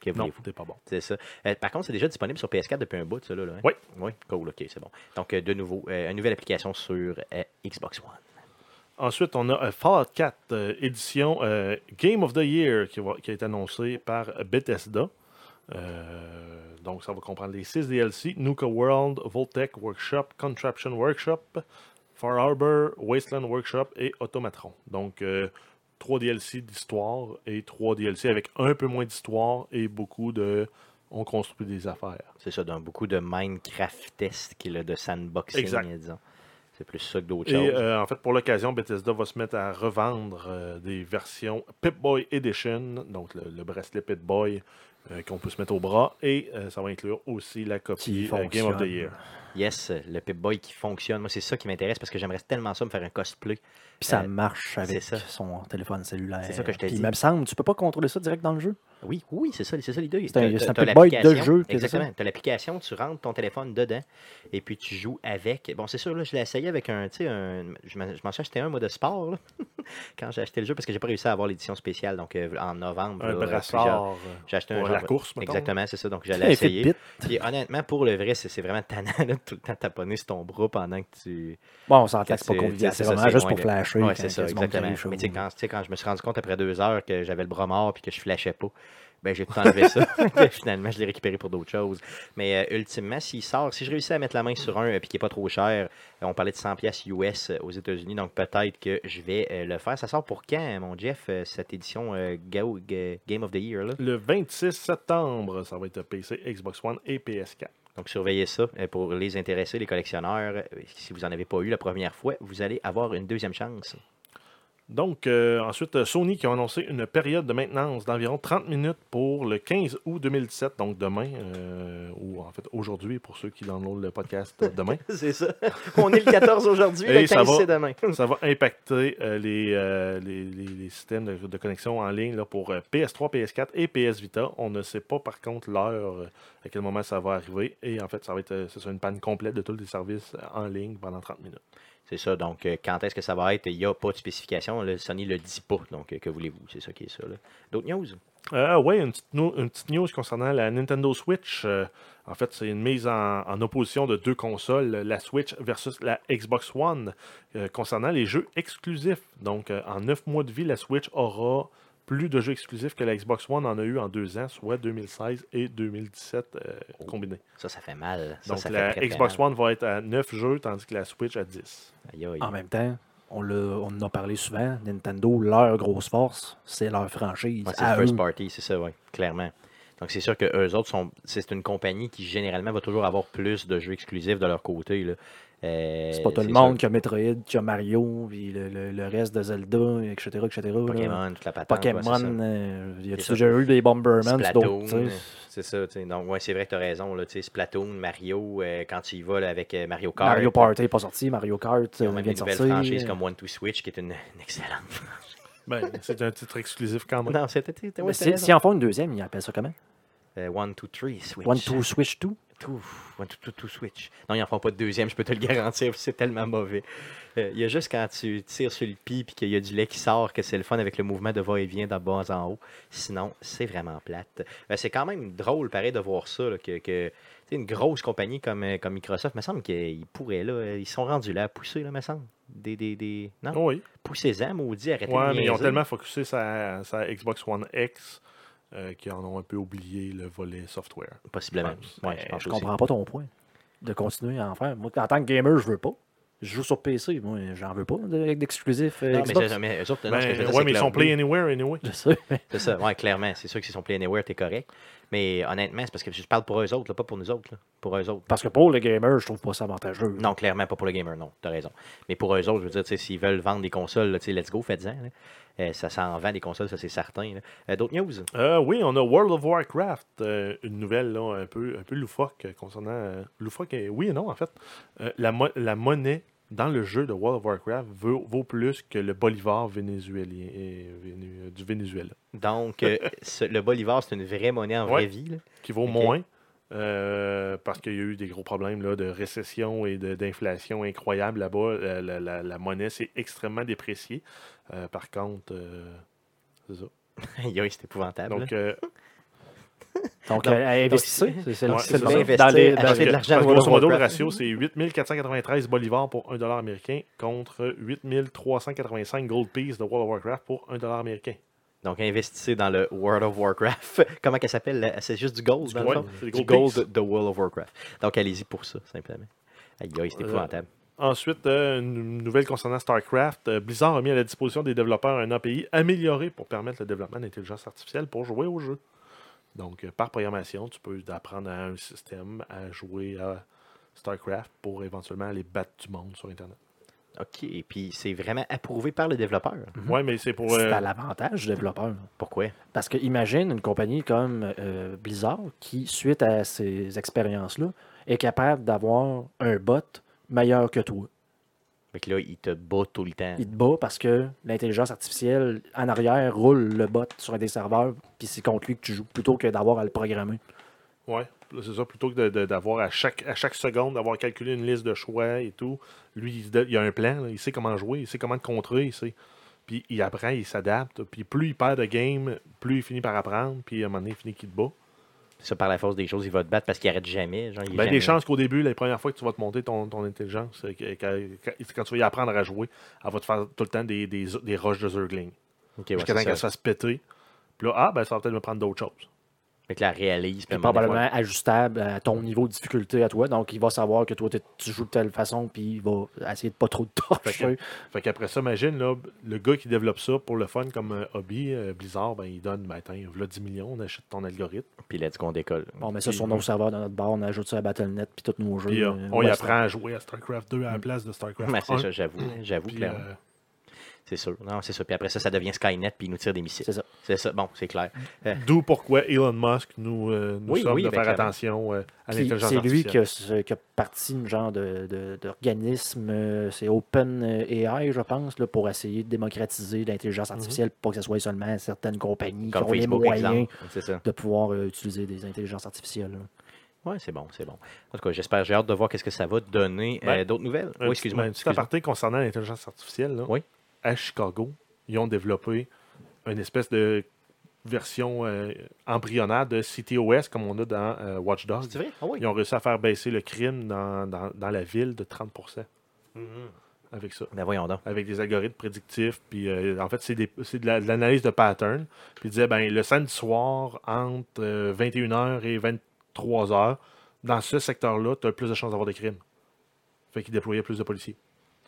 A: Que
C: Non,
A: voulez-vous?
C: t'es pas bon.
A: C'est ça. Euh, par contre, c'est déjà disponible sur PS4 depuis un bout, ça, là. là, hein?
C: Oui.
A: Oui, cool, ok, c'est bon. Donc, euh, de nouveau, euh, une nouvelle application sur euh, Xbox One.
C: Ensuite, on a euh, Fallout 4, euh, édition euh, Game of the Year, qui, va- qui a été annoncée par Bethesda. Euh, donc, ça va comprendre les 6 DLC Nuka World, Voltec Workshop, Contraption Workshop, Far Harbor, Wasteland Workshop et Automatron. Donc, euh, 3 DLC d'histoire et 3 DLC avec un peu moins d'histoire et beaucoup de. On construit des affaires.
A: C'est ça, dans beaucoup de Minecraft-esque, là, de sandboxing,
C: Exact.
A: euh, disons. C'est plus ça que d'autres
C: Et
A: choses.
C: euh, en fait, pour l'occasion, Bethesda va se mettre à revendre euh, des versions Pip-Boy Edition, donc le, le bracelet Pip-Boy euh, qu'on peut se mettre au bras, et euh, ça va inclure aussi la
B: Qui
C: copie euh, Game of the
B: fonctionne.
C: Year.
A: Yes, le Pip-Boy qui fonctionne. Moi, c'est ça qui m'intéresse parce que j'aimerais tellement ça me faire un cosplay.
B: Puis ça
A: Euh,
B: marche avec
A: ça.
B: son téléphone cellulaire.
A: C'est ça que je t'ai
B: Puis
A: dit.
B: Il me semble, tu peux pas contrôler ça direct dans le jeu.
A: Oui, oui, c'est ça, c'est ça l'idée.
B: C'est un-
A: T'as-
B: c'est un
A: t'as
B: Pip-Boy de
A: l'application.
B: jeu, que c'est
A: Exactement. Tu as l'application, tu rentres ton téléphone dedans et puis tu joues avec. Bon, c'est sûr, là, je l'ai essayé avec un. tu sais, un je m'en je m'en suis acheté un, moi, de sport, là, quand j'ai acheté le jeu parce que j'ai pas réussi à avoir l'édition spéciale. Donc, euh, en novembre,
C: Un
A: là, plusieurs-
C: brassard euh,
A: J'ai acheté un
C: pour
A: genre-
C: la course, mettons.
A: Exactement, c'est ça. Donc,
B: Un
A: j'allais essayer.
B: Fitbit.
A: Puis honnêtement, pour le vrai, c'est c'est vraiment tannant là, de tout le temps taponner sur ton bras pendant que tu.
B: Bon, on s'entend que c'est
A: Quand
B: pas
A: tu-
B: convivial.
A: tu sais, c'est
B: C'est
A: ça,
B: vraiment
A: c'est
B: juste
A: loin
B: pour
A: de-
B: flasher.
A: Ouais,
B: quand-
A: c'est ça,
B: quand du monde qui
A: exactement.
B: arrive chez
A: Mais tu sais,
B: vous.
A: quand, tu sais, quand je me suis rendu compte après deux heures que j'avais le bras mort puis que je flashais pas, ben, j'ai tout enlevé ça. Finalement, je l'ai récupéré pour d'autres choses. Mais euh, ultimement, s'il sort, si je réussis à mettre la main sur un et qui n'est pas trop cher, euh, on parlait de 100 pièces US euh, aux États-Unis, donc peut-être que je vais euh, le faire. Ça sort pour quand, euh, mon Jeff, euh, cette édition euh, Ga- Ga- Game of the Year? Là?
C: Le 26 septembre, ça va être PC, Xbox One et PS4.
A: Donc, surveillez ça euh, pour les intéressés, les collectionneurs. Euh, Si vous n'en avez pas eu la première fois, vous allez avoir une deuxième chance.
C: Donc, euh, ensuite, euh, Sony qui a annoncé une période de maintenance d'environ 30 minutes pour le 15 août 2017, donc demain, euh, ou en fait aujourd'hui pour ceux qui downloadent le podcast euh, demain.
A: C'est ça. On est le 14 aujourd'hui,
C: le Et ça 15, va. c'est
A: demain.
C: Ça va impacter euh, les, euh, les, les- les systèmes de, de connexion en ligne là, pour euh, PS3, PS4 et PS Vita. On ne sait pas par contre l'heure euh, à quel moment ça va arriver. Et en fait, ça va être euh, c'est ça, une panne complète de tous les services euh, en ligne pendant 30 minutes.
A: C'est ça. Donc, euh, quand est-ce que ça va être Il n'y a pas de spécification. Le Sony ne le dit pas. Donc, euh, que voulez-vous C'est ça qui est ça. là. D'autres news
C: Euh, oui, une, petite nou- une petite news concernant la Nintendo Switch. Euh, en fait, c'est une mise en, en opposition de deux consoles, la Switch versus la Xbox One, euh, concernant les jeux exclusifs. Donc, euh, en neuf mois de vie, la Switch aura plus de jeux exclusifs que la Xbox One en a eu en deux ans, soit 2016 et 2017 euh, combinés.
A: Ça, ça fait mal. Oh. Ça,
C: Donc,
A: ça fait
C: la
A: très, très
C: Xbox
A: mal.
C: One va être à 9 jeux, tandis que la Switch à 10.
A: Aïe, aïe.
B: En même temps, on, l'a- on en a parlé souvent, Nintendo, leur grosse force, c'est leur franchise.
A: Ouais, c'est
B: à
A: le first
B: eux.
A: party, c'est ça, oui, clairement. Donc, c'est sûr que eux autres sont. C'est une compagnie qui, généralement, va toujours avoir plus de jeux exclusifs de leur côté. là. Euh,
B: C'est pas tout le
A: sûr.
B: monde qui a Metroid, qui a Mario, puis le, le- le reste de Zelda, etc. etc. là.
A: Pokémon, toute la patente. ouais, Ah, bah, c'est ça.
B: euh, Pokémon, euh, y a
A: C'est ça.
B: déjà eu des Bomberman, c'est
A: Splatoon,
B: d'autres. tu sais.
A: euh, c'est ça. tu sais. Donc, ouais, c'est vrai que tu as raison. Là, tu sais, Splatoon, Mario, euh, quand tu y vas là, avec euh, Mario Kart.
B: Mario Party n'est pas sorti, Mario Kart
A: Ils ont
B: euh,
A: même
B: vient
A: des
B: de
A: nouvelles
B: sortir.
A: franchises comme One to Switch, qui est une, une excellente.
C: Ben, c'est un titre exclusif quand même.
A: non, c'était. c'était- ouais,
B: Mais
A: t'as
B: si,
A: raison.
B: si en font une deuxième, ils appellent ça comment
A: Euh, one, two, three, Switch.
B: One Two Switch Two
A: Tout, one, two, two, two, switch. Non, ils n'en font pas de deuxième, je peux te le garantir, c'est tellement mauvais. Euh, Il y a juste quand tu tires sur le pied et qu'il y a du lait qui sort que c'est le fun avec le mouvement de va-et-vient d'en bas en haut. Sinon, c'est vraiment plate. Euh, c'est quand même drôle, pareil, de voir ça, là, que, que tu sais, une grosse compagnie comme, euh, comme Microsoft, me semble qu'ils pourraient, là, euh, ils sont rendus là à pousser, là, me semble. Des, des, des... Non,
C: Oui.
A: poussez-en, maudit, arrêtez de
C: Oh. Ouais, mais ils ont
A: niaiser.
C: tellement focusé sa, sa Xbox One X euh, qu'ils en ont un peu oublié le volet software.
A: Possiblement.
C: Je pense.
A: Ouais, je
C: Mais
A: pense
B: Je
A: aussi.
B: comprends pas ton point de continuer à en faire. Moi, en tant que gamer, je veux pas. Je joue sur PC, moi, j'en veux pas de- d'exclusif euh,
A: Non, mais
B: Xbox.
A: c'est- mais eux autres, non,
C: Ben,
A: ce que je veux dire, c'est
C: ouais, mais
A: que
C: ils
A: leur
C: sont play anywhere anyway.
B: Je sais, mais
A: C'est ça, ouais, clairement. C'est sûr que si sont play anywhere, t'es correct. Mais honnêtement, c'est parce que je parle pour eux autres, là, pas pour nous autres. là. Pour eux autres.
B: Parce que pour le gamer, je trouve pas ça avantageux.
A: Non, clairement, pas pour le gamer, non, t'as raison. Mais pour eux autres, je veux dire, tu sais, s'ils veulent vendre des consoles, là, tu sais, let's go, faites-en. là. Euh, ça s'en vend des consoles, ça c'est certain. là. Euh, D'autres news?
C: Euh, oui, on a World of Warcraft, euh, une nouvelle là, un, peu, un peu loufoque euh, concernant. euh, loufoque, et, oui et non, en fait. Euh, la, mo- la monnaie dans le jeu de World of Warcraft vaut, vaut plus que le bolivar vénézuélien, et véné- du Venezuela,
A: Donc, euh, ce- le Bolivar, c'est une vraie monnaie en vraie
C: Ouais.
A: vie. là.
C: qui vaut
A: Ok.
C: moins. euh, parce qu'il y a eu des gros problèmes là, de récession et de- d'inflation incroyable là-bas. La, la- la- la monnaie s'est extrêmement dépréciée. Euh, par contre, euh, c'est ça.
A: Aïe, aïe, c'est épouvantable. là.
C: Donc, euh,
B: Donc,
A: Non.
B: euh, investissez.
A: Donc,
B: c'est- C'est
C: Ouais,
B: le- c'est
C: c'est
B: le
C: ça.
B: moment. dans
A: Investir,
B: les,
A: acheter
B: dans
A: Parce de
B: les-
A: que- l'argent à
C: parce que
A: World of
C: grosso modo, le
A: Warcraft.
C: ratio, c'est 8493 bolivars pour 1 dollar américain contre 8385 gold piece de World of Warcraft pour 1 dollar américain.
A: Donc, investissez dans le World of Warcraft. Comment qu'elle s'appelle? la- C'est juste du gold, dans le
C: gold,
A: fond?
C: c'est des
A: Du
C: gold
A: gold de World of Warcraft. Donc, allez-y pour ça, simplement. Aïe, aïe, c'est
C: Euh,
A: épouvantable.
C: Ensuite, euh, une nouvelle concernant StarCraft. Euh, Blizzard a mis à la disposition des développeurs un API amélioré pour permettre le développement d'intelligence artificielle pour jouer au jeu. Donc, euh, par programmation, tu peux apprendre à un système à jouer à StarCraft pour éventuellement aller battre du monde sur Internet.
A: OK, et puis c'est vraiment approuvé par le développeur.
C: Ouais, mais c'est pour.
B: C'est
C: euh,
B: à l'avantage du développeur.
A: Pourquoi?
B: Parce que imagine une compagnie comme euh, Blizzard qui, suite à ces expériences-là, est capable d'avoir un bot meilleur que toi.
A: Fait que là, il te bat tout le temps.
B: Il te bat parce que l'intelligence artificielle en arrière roule le bot sur un des serveurs, puis c'est contre lui que tu joues plutôt que d'avoir à le programmer.
C: Ouais, là, c'est ça. Plutôt que de- de- d'avoir à chaque, à chaque seconde, d'avoir calculé une liste de choix et tout, lui, il, se donne- il a un plan, là, il sait comment jouer, il sait comment te contrer, il sait. Puis il apprend, il s'adapte. Puis plus il perd de game, plus il finit par apprendre. Puis à un moment donné, il finit qu'il te bat.
A: Ça, par la force des choses, il va te battre parce qu'il arrête jamais. Genre, il est
C: Ben,
A: jamais-
C: des chances qu'au début, les premières fois que tu vas te monter ton, ton intelligence, euh, que- que- que- quand tu vas y apprendre à jouer, elle va te faire tout le temps des, des, des rushs de Zergling.
A: Ok, ouais, c'est
C: Jusqu'à temps qu'elle
A: ça.
C: se fasse péter. Puis là, ah, ben ça va peut-être me prendre d'autres choses.
A: Fait que la réalise. puis à
B: Puis
A: un moment donné,
B: probablement ajustable à ton niveau de difficulté à toi. Donc, il va savoir que toi, t'es- tu joues de telle façon, puis il va essayer de pas trop de torcher.
C: Fait qu'après ça, imagine, là, le gars qui développe ça pour le fun comme euh, hobby, euh, Blizzard, ben, il donne, ben, tiens, voilà 10 millions, on achète ton algorithme.
A: ouais, Puis let's go, on décolle.
B: On met ça sur nos serveurs dans notre bar, on ajoute ça à BattleNet, puis tous nos jeux.
C: Mhm. Puis euh,
B: euh,
C: on y
B: ouais,
C: apprend à jouer à StarCraft 2 à la place de StarCraft
A: Ben,
C: 1.
A: c'est ça, j'avoue. J'avoue,
C: Puis,
A: clairement.
C: euh,
A: C'est sûr. Non, c'est ça. Puis après ça, ça devient Skynet, puis il nous tire des missiles.
B: C'est ça.
A: C'est ça. Bon, c'est clair.
C: D'où pourquoi Elon Musk nous, euh, nous
A: Oui,
C: sommes
A: oui,
C: de
A: ben,
C: faire
A: clairement.
C: attention euh, à
B: Puis
C: l'intelligence
B: C'est lui
C: artificielle.
B: qui a, ce- qui a parti une genre de- de- d'organisme, euh, c'est OpenAI, je pense, là, pour essayer de démocratiser l'intelligence artificielle pour que ce soit seulement certaines compagnies qui
A: Comme
B: ont les
A: Facebook,
B: moyens
A: exemple. C'est ça.
B: de pouvoir euh, utiliser des intelligences artificielles. là.
A: Ouais, c'est bon, c'est bon. En tout cas, j'espère, j'ai hâte de voir qu'est-ce que ça va donner.
C: Ben,
A: Euh, D'autres nouvelles?
C: Un
A: oui,
C: petit-
A: excuse-moi.
C: Un petit
A: excuse-moi.
C: aparté concernant l'intelligence artificielle. là.
A: Oui.
C: À Chicago, ils ont développé une espèce de version euh, embryonnaire de CTOS comme on a dans euh, Watch Dogs.
A: C'est vrai? Ah oui.
C: Ils ont réussi à faire baisser le crime dans, dans- dans la ville de 30
B: Mm-hmm.
C: avec ça.
A: Ben voyons donc.
C: Avec des algorithmes prédictifs. Puis euh, en fait, c'est des- c'est de la- de l'analyse de pattern. Puis ils disaient, ben, le samedi soir, entre 21h et 23h, dans ce secteur-là, tu as plus de chances d'avoir des crimes. Fait qu'ils déployaient plus de policiers.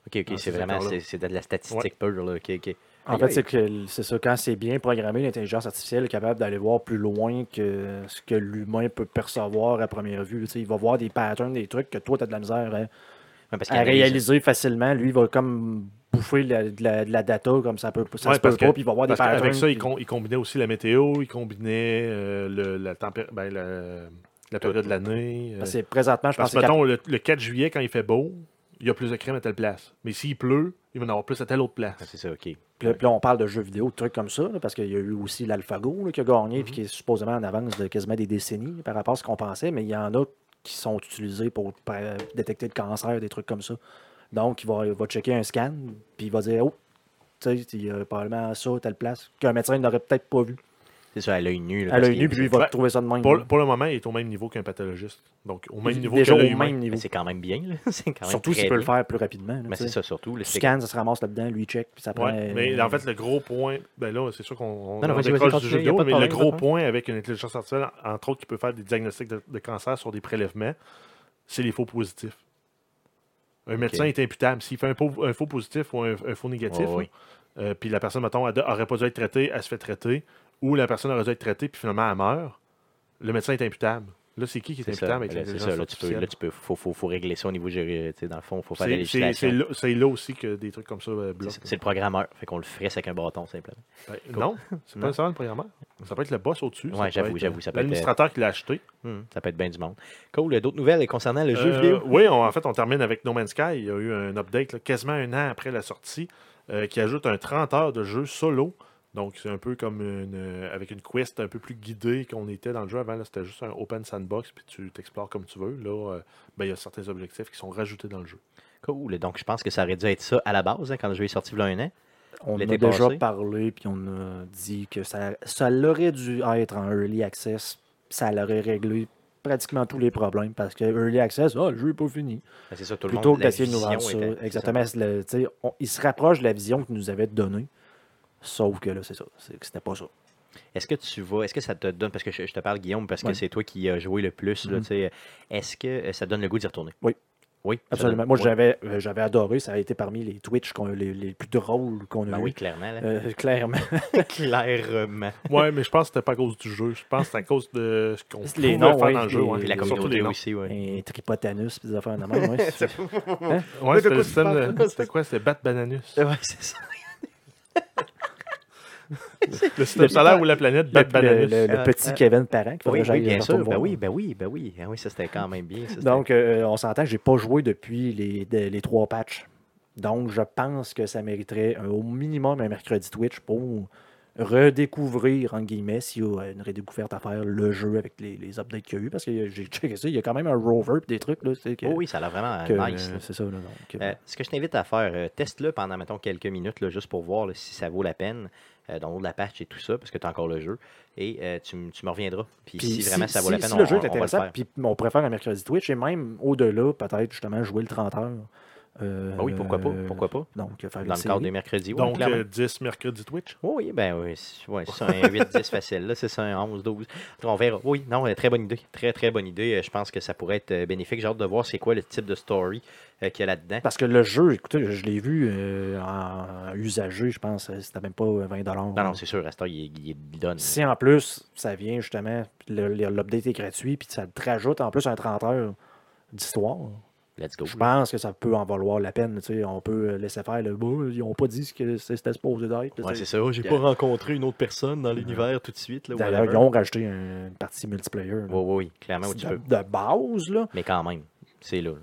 A: OK, OK,
C: Dans
A: c'est
C: ces
A: vraiment
C: secteurs-là.
A: c'est c'est de la statistique pure. Là. OK, OK.
B: En
A: Aïe,
B: fait,
A: aïe.
B: c'est que l- c'est ça, quand c'est bien programmé, l'intelligence artificielle est capable d'aller voir plus loin que ce que l'humain peut percevoir à première vue. Tu sais, il va voir des patterns, des trucs que toi, tu as de la misère à-
A: Ouais, parce
B: à,
A: qu'il analyse-
B: réaliser facilement. Lui, il va comme bouffer la- de, la, de la data comme ça peut ça
C: Ouais,
B: se peut
C: parce que-
B: pas, puis il va voir des
C: Parce
B: patterns.
C: qu'avec ça, ils,
B: puis-
C: com- ils combinaient aussi la météo, ils combinaient euh, le- la, tempér- ben, la, la période de l'année. euh,
B: parce que présentement, je pense
C: Parce
B: que
C: que,
B: Ah, c'est
C: mettons, le, le 4 juillet, quand il fait beau, il y a plus de crème à telle place. Mais s'il pleut, il va en avoir plus à telle autre
A: Ah,
C: place.
A: C'est ça, OK.
B: Puis là, puis là, on parle de jeux vidéo, de trucs comme ça, là, parce qu'il y a eu aussi l'AlphaGo là, qui a gagné,
C: Mhm.
B: puis qui est supposément en avance de quasiment des décennies par rapport à ce qu'on pensait, mais il y en a qui sont utilisés pour, pa- détecter le cancer, des trucs comme ça. Donc, il va, il va checker un scan, puis il va dire, oh, tu sais, il y a probablement ça, telle place, qu'un médecin n'aurait peut-être pas vu.
A: C'est ça, à l'œil nu. là,
B: À
A: parce
B: l'œil
A: qu'il-
B: nu, puis lui, il va
C: Ben,
B: trouver ça de même.
C: Pour,
B: là.
C: pour le moment, il est au même niveau qu'un pathologiste. Donc, au même niveau
B: Déjà
C: que
B: au
C: l'œil humain.
B: même niveau.
A: Mais c'est quand même bien. là. C'est quand même
B: Surtout
A: très
B: s'il peut le
A: bien.
B: faire plus rapidement. là,
A: Mais
B: tu
A: c'est
B: sais.
A: ça, surtout. là,
B: Tu
A: c'est-
B: scans, ça se ramasse là-dedans, lui, il check, puis ça prend...
C: Ouais, mais
B: euh,
C: en fait, le gros point, ben là, c'est sûr qu'on on,
A: Non, non,
C: on
A: vas-y, vas-y,
C: décroche du
A: continue,
C: jeu
A: y a
C: vidéo,
A: pas de
C: mais
A: problème,
C: le gros
A: pas de
C: point avec une intelligence artificielle, entre autres, qui peut faire des diagnostics de, de cancer sur des prélèvements, c'est les faux positifs. Un médecin est imputable. S'il fait un, pau- un faux positif ou un, un faux négatif,
A: Ouais, ouais.
C: là, euh, puis la personne, mettons, elle de- aurait pas dû être traitée, elle se fait traiter, ou la personne aurait dû être traitée, puis finalement, elle meurt, le médecin est imputable. Là, c'est qui qui est,
A: C'est ça,
C: imputable avec
A: là, c'est
C: l'intelligence
A: ça, là, tu peux,
C: artificielle?
A: là, tu peux, faut, faut, faut régler ça au niveau, géré, tu sais, dans le fond, faut faire la
C: C'est- C'est c'est
A: législation.
C: là, c'est là aussi que des trucs comme ça euh,
A: C'est
C: bloquent.
A: ça, c'est le programmeur, fait qu'on le frisse avec un bâton, simplement.
C: Ben,
A: Cool.
C: Non, c'est
A: Non.
C: pas nécessairement le programmeur. Ça peut être le boss au-dessus. ça
A: Ouais,
C: peut
A: j'avoue,
C: être,
A: j'avoue,
C: euh,
A: ça peut être,
C: L'administrateur qui l'a acheté.
A: Hmm, ça peut être bien du monde. Cool, d'autres nouvelles concernant le jeu
C: Euh,
A: vidéo?
C: oui, on- en fait, on termine avec No Man's Sky. Il y a eu un update là, quasiment un an après la sortie euh, qui ajoute un 30 heures de jeu solo. Donc, c'est un peu comme une, euh, avec une quest un peu plus guidée qu'on était dans le jeu avant. là, C'était juste un open sandbox, puis tu t'explores comme tu veux. Là, euh, ben, il y a certains objectifs qui sont rajoutés dans le jeu.
A: Cool, donc je pense que ça aurait dû être ça à la base, hein, quand le jeu est sorti il y a un an.
B: On en a
A: l'été
B: déjà
A: passé.
B: parlé, puis on a dit que ça, ça l'aurait dû être en early access, puis ça l'aurait réglé pratiquement tous les problèmes, parce que early access, ah, le jeu n'est pas fini.
A: Ben, C'est ça, tout le
B: Plutôt
A: monde,
B: que
A: la
B: d'essayer de nous vendre
A: vision
B: ça.
A: était-
B: Exactement. c'est le- tu sais, on- il se rapproche de la vision qu'il nous avait donnée, sauf que là, c'est ça. c'est que C'était pas ça.
A: Est-ce que tu vas, est-ce que ça te donne, parce que je, je te parle Guillaume, parce que
B: Ouais.
A: c'est toi qui as joué le plus, là,
B: Mhm.
A: tu sais, est-ce que euh, ça donne le goût d'y retourner?
B: Oui.
A: Oui, ça
B: Absolument.
A: donne-
B: Moi,
A: oui.
B: j'avais euh, j'avais adoré. Ça a été parmi les Twitch qu'on- les, les plus drôles qu'on a
A: Ben
B: eu.
A: oui, clairement. là.
B: Euh, clairement.
A: Clairement.
C: Ouais, mais je pense que c'était pas à cause du jeu. Je pense que c'est à cause de ce qu'on
B: Les
C: pouvait
B: noms,
C: faire
B: ouais,
C: dans le jeu.
B: les-
C: ouais.
A: Puis la
B: Et
C: Surtout les
A: communauté
C: noms.
A: aussi, oui.
B: Un tripotanus, puis des affaires de même, ouais, c'est-
C: Ouais,
A: de
C: c'était
A: quoi
C: le
A: tu
C: système
A: parles,
C: de- Euh,
A: là?
C: C'était quoi C'était Bat Bananus.
A: Ouais, c'est ça.
C: Le système solaire ou la planète Bat
B: le, le-
C: Bananus.
B: le- le
A: Euh,
B: petit
A: euh,
B: Kevin Parent. qu'il
A: Oui,
B: faudrait que
A: oui,
B: j'aille
A: bien sûr.
B: retourner
A: Ben
B: voir.
A: oui, ben oui, ben oui. Ah oui, ça c'était quand même bien. ça, c'était-
B: Donc, euh, on s'entend que j'ai pas joué depuis les, de- les trois patchs. Donc, je pense que ça mériterait un- au minimum un mercredi Twitch pour redécouvrir, entre guillemets, s'il y a une redécouverte à faire, le jeu avec les, les updates qu'il y a eu. Parce que j'ai checké ça, il y a quand même un rover pis des trucs. Là, c'est que,
A: Oh oui, ça a l'air vraiment
B: que,
A: euh, nice.
B: euh,
A: là.
B: c'est ça. là, donc,
A: Euh, ce que je t'invite à faire, euh, teste-le pendant, mettons, quelques minutes, là, juste pour voir là, si ça vaut la peine. Euh, download la patch et tout ça, parce que tu as encore le jeu. Et euh, tu, m- tu me reviendras. Puis,
B: Puis
A: si vraiment ça vaut la
B: si
A: peine,
B: le jeu
A: on,
B: est
A: on va le
B: intéressant,
A: faire.
B: puis on préfère un mercredi Twitch et même au-delà, peut-être justement jouer le 30 heures. Euh,
A: Ben oui, pourquoi pas? Pourquoi pas?
B: Donc, faire une
A: Dans le cadre
B: série.
A: des mercredis. oui,
C: Donc,
A: clairement.
C: euh, 10 mercredi Twitch.
A: Oui, oui, ben oui, c'est ouais, c'est ça, un 8-10 facile, là, c'est ça, un 11-12. On verra. Oui, non, euh, très bonne idée. Très, très bonne idée. Euh, Je pense que ça pourrait être euh, bénéfique. J'ai hâte de voir c'est quoi le type de story euh, qu'il y a là-dedans.
B: Parce que le jeu, écoutez, je l'ai vu euh, en usagé, je pense, euh, c'était même pas 20
A: Non, non, c'est sûr, Astor, il, il, il donne.
B: Si en plus, ça vient justement, puis le- le- l'update est gratuit, puis ça te rajoute en plus un 30 heures d'histoire,
A: Let's go.
B: je pense que ça peut en valoir la peine. tu sais, on peut laisser faire le Bah, Ils n'ont pas dit ce que c'était supposé d'être.
A: Ouais,
B: tu
A: c'est
B: sais.
A: ça. Oh, J'ai
B: que-
A: pas rencontré une autre personne dans l'univers tout de suite. là,
B: D'ailleurs,
A: whatever.
B: ils ont rajouté une partie multiplayer. là.
A: Oui, oui, oui, clairement, où tu
B: de,
A: peux.
B: de base, là.
A: Mais quand même, c'est là. là.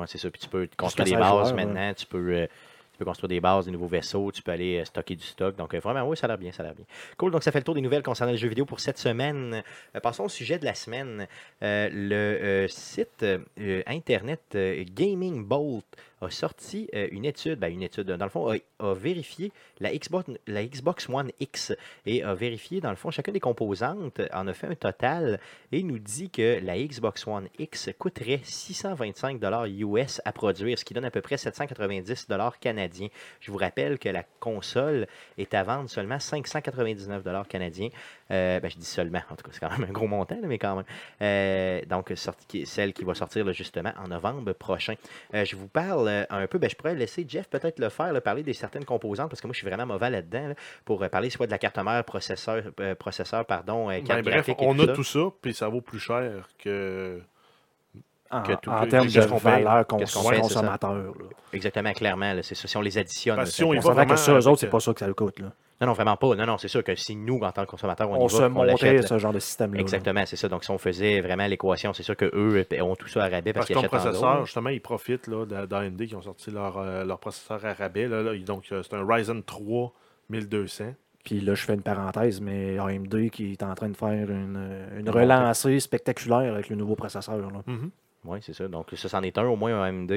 A: Ouais, c'est ça. Puis tu peux construire des
B: Jusqu'à 16
A: bases
B: joueurs, ouais.
A: maintenant. Tu peux. euh, tu peux construire des bases, des nouveaux vaisseaux, tu peux aller euh, stocker du stock. Donc, euh, vraiment, oui, ça a l'air bien, ça a l'air bien. Cool, donc ça fait le tour des nouvelles concernant les jeux vidéo pour cette semaine. Euh, passons au sujet de la semaine. Euh, le euh, site euh, Internet euh, Gaming Bolt a sorti euh, une étude, ben, une étude, dans le fond, a, a vérifié la Xbox, la Xbox One X et a vérifié, dans le fond, chacune des composantes, en a fait un total et nous dit que la Xbox One X coûterait 625 US à produire, ce qui donne à peu près 790 canadiens. Je vous rappelle que la console est à vendre seulement 599 canadiens. Euh, ben, je dis seulement, en tout cas, c'est quand même un gros montant, là, mais quand même. Euh, donc, sorti- qui- celle qui va sortir là, justement en novembre prochain. Euh, je vous parle euh, un peu, ben, je pourrais laisser Jeff peut-être le faire, là, parler des certaines composantes, parce que moi, je suis vraiment mauvais là-dedans, là, pour euh, parler soit de la carte mère, processeur, euh, processeur pardon, euh, carte
C: Ben, bref,
A: graphique et
C: on
A: tout
C: a
A: ça.
C: tout ça, puis ça vaut plus cher que.
B: En,
C: Que tout-
B: en
C: que-
B: termes de
C: qu'est-ce qu'on paye?
B: valeur
A: Qu'est-ce qu'on
B: cons-
A: paye, c'est ça?
B: consommateur. là.
A: Exactement, clairement, là, c'est ça. Si on les additionne.
C: Parce
A: là,
C: que si on y
B: On
A: simplement.
C: va
B: s'entend que
C: vraiment
B: ça, eux
C: avec,
B: autres, c'est
C: euh,
B: pas ça que ça le coûte. Là.
A: Non, non, vraiment pas. Non, non, c'est sûr que si nous, en tant que consommateurs, on,
B: On,
A: y va,
B: se
A: on l'achète.
B: montrait
A: là.
B: ce genre de système-là. là.
A: Exactement, c'est ça. Donc, si on faisait vraiment l'équation, c'est sûr qu'eux ont tout ça à rabais parce,
C: Parce que
A: qu'ils
C: ton
A: achètent en
C: processeur,
A: gros.
C: justement, ils profitent là, de- d'AMD qui ont sorti leur, euh, leur processeur à rabais. Là, là. Ils- Donc, euh, c'est un Ryzen 3 1200.
B: Puis là, je fais une parenthèse, mais AMD qui est en train de faire une, une
A: Une
B: relancée spectaculaire avec le nouveau processeur. là.
A: Oui, c'est ça. Donc, ça, c'en est un au moins un AMD.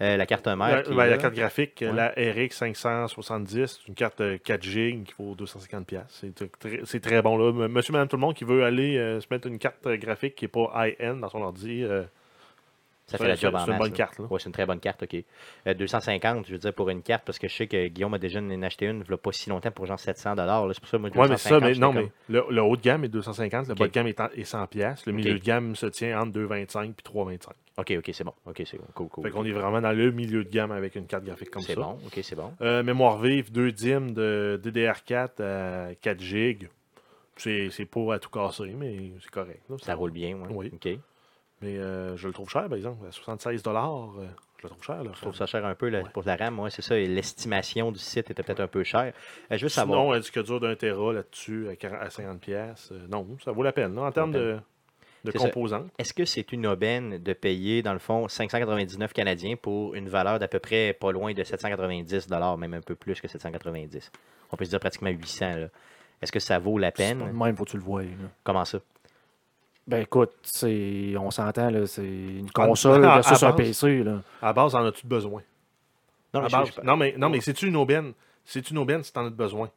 A: Euh, la carte mère.
C: la,
A: qui est
C: ben, la
A: là.
C: carte graphique,
A: Ouais.
C: la RX 570, c'est une carte euh, 4 GB qui vaut 250$. C'est très, c'est très bon. Là. M- Monsieur, madame, tout le monde qui veut aller euh, se mettre une carte euh, graphique qui n'est pas high-end dans son ordi, euh,
A: Ça
C: C'est-
A: fait la job
C: c'est-
A: en
C: c'est une
A: masse,
C: bonne
A: là.
C: carte, là.
A: Ouais, c'est une très bonne carte, OK. Euh, 250, je veux dire, pour une carte, parce que je sais que Guillaume a déjà en acheté une, il a pas si longtemps, pour genre 700 là. C'est pour ça, moi,
C: Oui, mais
A: 250,
C: c'est ça, mais
A: j'étais
C: non,
A: comme-
C: mais le, le haut de gamme est 250, le
A: Ok.
C: bas de gamme est, en- est 100 pièces, le milieu
A: Ok.
C: de gamme se tient entre 225 puis 325.
A: OK, OK, c'est bon. OK, c'est bon. Cool, cool.
C: Fait qu'on est vraiment dans le milieu de gamme avec une carte graphique comme ça.
A: C'est bon, OK, c'est bon.
C: Euh, mémoire vive, 2 DIM de DDR4 à 4 GB. euh, C'est c'est pas à tout casser, mais c'est correct. là.
A: Ça roule bien, ouais.
C: Oui.
A: OK.
C: Mais euh, je le trouve cher, par exemple, à 76 euh, je le trouve cher. Là,
A: Je trouve ça cher un peu là, pour la RAM, ouais, c'est ça. Et l'estimation du site était peut-être un peu chère. Euh, je veux savoir.
C: Sinon, un disque dur d'un Tera là-dessus à, 40 à 50 pièces, non, ça vaut la peine. là, en termes
A: la peine.
C: de, de
A: C'est ça.
C: composants,
A: Est-ce que c'est une aubaine de payer, dans le fond, 599 Canadiens pour une valeur d'à peu près pas loin de 790 même un peu plus que 790 On peut se dire pratiquement 800 là. Est-ce que ça vaut la
B: C'est pas de
A: peine
B: Même, faut que tu le vois. là.
A: Comment ça
B: Ben écoute, c'est- on s'entend, là, c'est une console
C: à- à
B: versus un
C: base.
B: PC. Là.
C: à base, en as-tu besoin?
A: Non, mais
C: À
A: je-
C: base-
A: je-
C: non, mais, non, mais c'est-tu une aubaine? C'est une aubaine si t'en as besoin.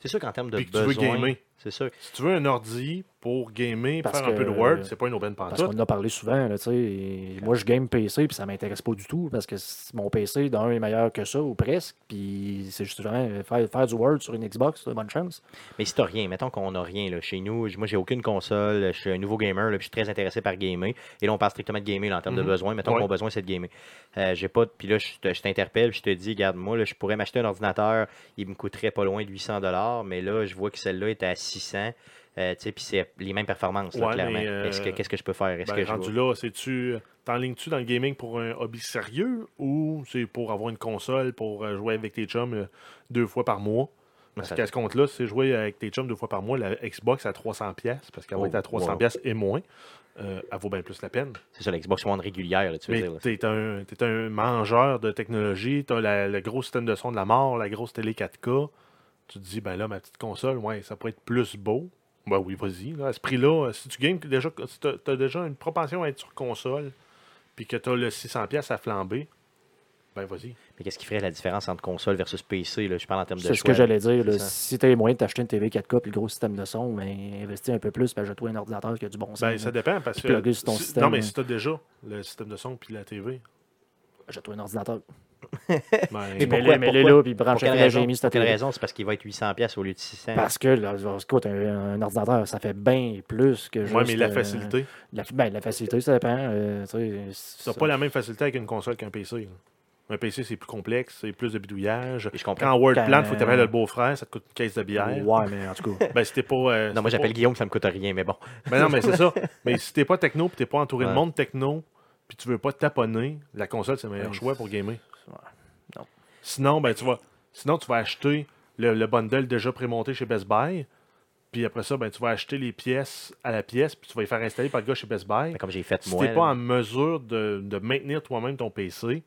A: c'est sûr qu'en termes de
C: Puis que tu veux
A: besoin,
C: gamer.
A: c'est sûr.
C: Si tu veux un ordi pour gamer,
B: Parce
C: faire un peu de
B: que-
C: Word, c'est pas une aubaine
B: Parce qu'on
C: pantoute.
B: en a parlé souvent, là, tu sais. et Moi, je game PC, puis ça m'intéresse pas du tout, parce que c- mon PC, d'un, est meilleur que ça, ou presque, puis c'est justement euh, faire, faire du Word sur une Xbox, là, bonne chance.
A: Mais si t'as rien, mettons qu'on n'a rien là, chez nous, j- moi j'ai aucune console, je suis un nouveau gamer, là, puis je suis très intéressé par gamer. Et là on parle strictement de gamer là, en termes
C: Mhm.
A: de besoin. Mettons
C: Ouais.
A: que mon besoin c'est de gamer. Euh, j'ai pas, de- puis là je te- je t'interpelle, puis je te dis, regarde moi là, je pourrais m'acheter un ordinateur, il me coûterait pas loin de 800 dollars, mais là je vois que celle-là est à 600. euh, tu sais, puis c'est les mêmes performances, là,
C: Ouais,
A: clairement.
C: mais, euh,
A: Est-ce que- Qu'est-ce que je peux faire? Est-ce
C: Ben,
A: que je
C: rendu
A: vais-
C: là, c'est-tu. T'enlignes-tu dans le gaming pour un hobby sérieux ou c'est pour avoir une console, pour euh, jouer avec tes chums euh, deux fois par mois?
A: Ben,
C: Parce
A: ça-
C: qu'à ce compte-là, c'est jouer avec tes chums deux fois par mois, la Xbox à 300$, piastres, parce qu'elle
A: Oh,
C: va être à 300$
A: wow.
C: piastres et moins, euh, elle vaut bien plus la peine.
A: C'est ça, la Xbox One régulière, là, tu veux
C: Mais
A: dire. là.
C: t'es un, t'es un mangeur de technologie, t'as la- le gros système de son de la mort, la grosse télé 4K. Tu te dis, ben là, ma petite console, ouais, ça pourrait être plus beau. Ben oui, vas-y. là, à ce prix-là, euh, si tu games, que déjà, si t'as, t'as déjà une propension à être sur console, puis que t'as le 600$ piastres à flamber, ben vas-y.
A: Mais qu'est-ce qui ferait la différence entre console versus PC? Là, je parle en termes de
B: C'est ce
A: choix,
B: que j'allais dire.
A: c'est
B: Là,
A: ça.
B: si tu as les moyens de t'acheter une TV 4K puis le gros système de son, ben, investis un peu plus, puis achète-toi un ordinateur qui a du bon sens.
C: Ben,
B: là.
C: ça dépend, parce
B: Tu peux plugger
C: que.
B: sur ton
C: si-
B: système,
C: non, mais
B: hein.
C: si t'as déjà le système de son puis la TV,
B: Achète-toi un ordinateur.
C: Ben,
A: Et
B: Mais
A: pourquoi-
B: là, mais là,
A: pourquoi-
B: là, puis
A: Pour
B: branche
A: quelle
B: la
A: raison?
B: j'ai mis
A: Pour
B: cette
A: quelle
B: télé.
A: raison? C'est parce qu'il va être 800$ piastres au lieu de 600$.
B: Parce que, là, écoute, un, un ordinateur, ça fait bien plus que juste...
C: ouais, mais la
B: euh,
C: facilité.
B: la, ben, la facilité, ça dépend. euh, tu sais,
C: T'as
B: ça-
C: pas la même facilité avec une console qu'un PC. là. Un PC, c'est plus complexe, c'est plus de bidouillage.
A: Et je comprends.
C: Quand Word
B: Quand-
C: Plan, faut t'appeler le beau-frère, ça te coûte une caisse de bière.
B: Ouais, mais en tout cas...
C: Ben, si t'es pas. euh, si
A: Non, moi
C: t'es pas-
A: j'appelle Guillaume, ça me coûte rien, mais bon.
C: Ben non, mais c'est ça. Mais si t'es pas techno, puis t'es pas entouré
A: Ouais.
C: de monde techno, puis tu veux pas te taponner, la console, c'est le meilleur choix pour gamer.
B: Ouais. Non.
C: Sinon, ben tu vas, sinon, tu vas acheter le, le bundle déjà prémonté chez Best Buy, puis après ça, ben tu vas acheter les pièces à la pièce, puis tu vas les faire installer par le gars chez Best Buy.
A: Mais Comme j'ai fait
C: Si
A: moi.
C: t'es pas
A: là.
C: en mesure de, de maintenir toi-même ton PC,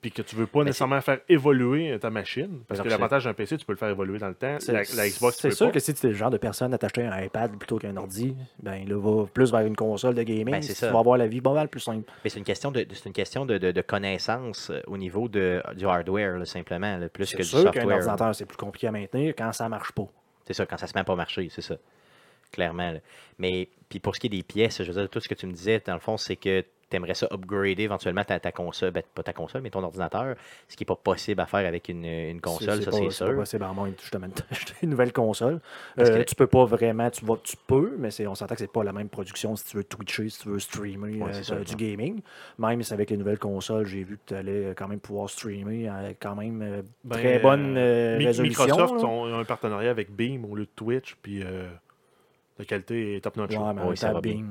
C: puis que tu veux
B: Ben,
C: pas nécessairement faire évoluer euh, ta machine, parce
A: Non,
C: que
A: c'est-
C: l'avantage d'un PC, tu peux le faire évoluer dans le temps.
B: C'est-
C: La, la Xbox, tu
B: C'est
C: peux
B: sûr
C: pas.
B: que si tu es le genre de personne à t'acheter un iPad plutôt qu'un ordi, ben là, va plus vers une console de gaming.
A: Ben, c'est
B: tu
A: ça.
B: vas avoir la vie pas mal plus simple.
A: Mais c'est une question de, de- c'est une question de, de- de connaissance euh, au niveau de, du hardware, là, simplement, là, plus que
B: C'est
A: du
B: sûr qu'un
A: software.
B: ordinateur, c'est plus compliqué à maintenir quand ça marche pas.
A: C'est ça, quand ça se met à pas marcher, c'est ça. Clairement. là. Mais puis pour ce qui est des pièces, je veux dire, tout ce que tu me disais, dans le fond, c'est que tu aimerais ça upgrader éventuellement ta, ta console, ben, pas ta console, mais ton ordinateur, ce qui n'est pas possible à faire avec une, une console, ça
B: pas-
A: c'est
B: pas
A: sûr.
B: possible à moins de justement de t'acheter une nouvelle console.
A: Parce
B: Euh,
A: que-
B: Tu peux pas vraiment, tu, vas, tu peux, mais c'est- on s'entend que c'est pas la même production si tu veux Twitcher, si tu veux streamer
A: Ouais,
B: euh,
A: c'est sûr,
B: du gaming. Même si avec les nouvelles consoles, j'ai vu que tu allais euh, quand même pouvoir streamer euh, quand même euh,
C: Ben,
B: très bonne
C: euh,
B: euh,
C: Mi-
B: résolution.
C: Microsoft
B: là.
C: ont ont un partenariat avec Beam au lieu de Twitch, puis euh, la qualité est top notch.
B: Ouais, ben, mais en
A: Oui,
B: même
A: ça
B: temps,
A: va bien.
B: Bing,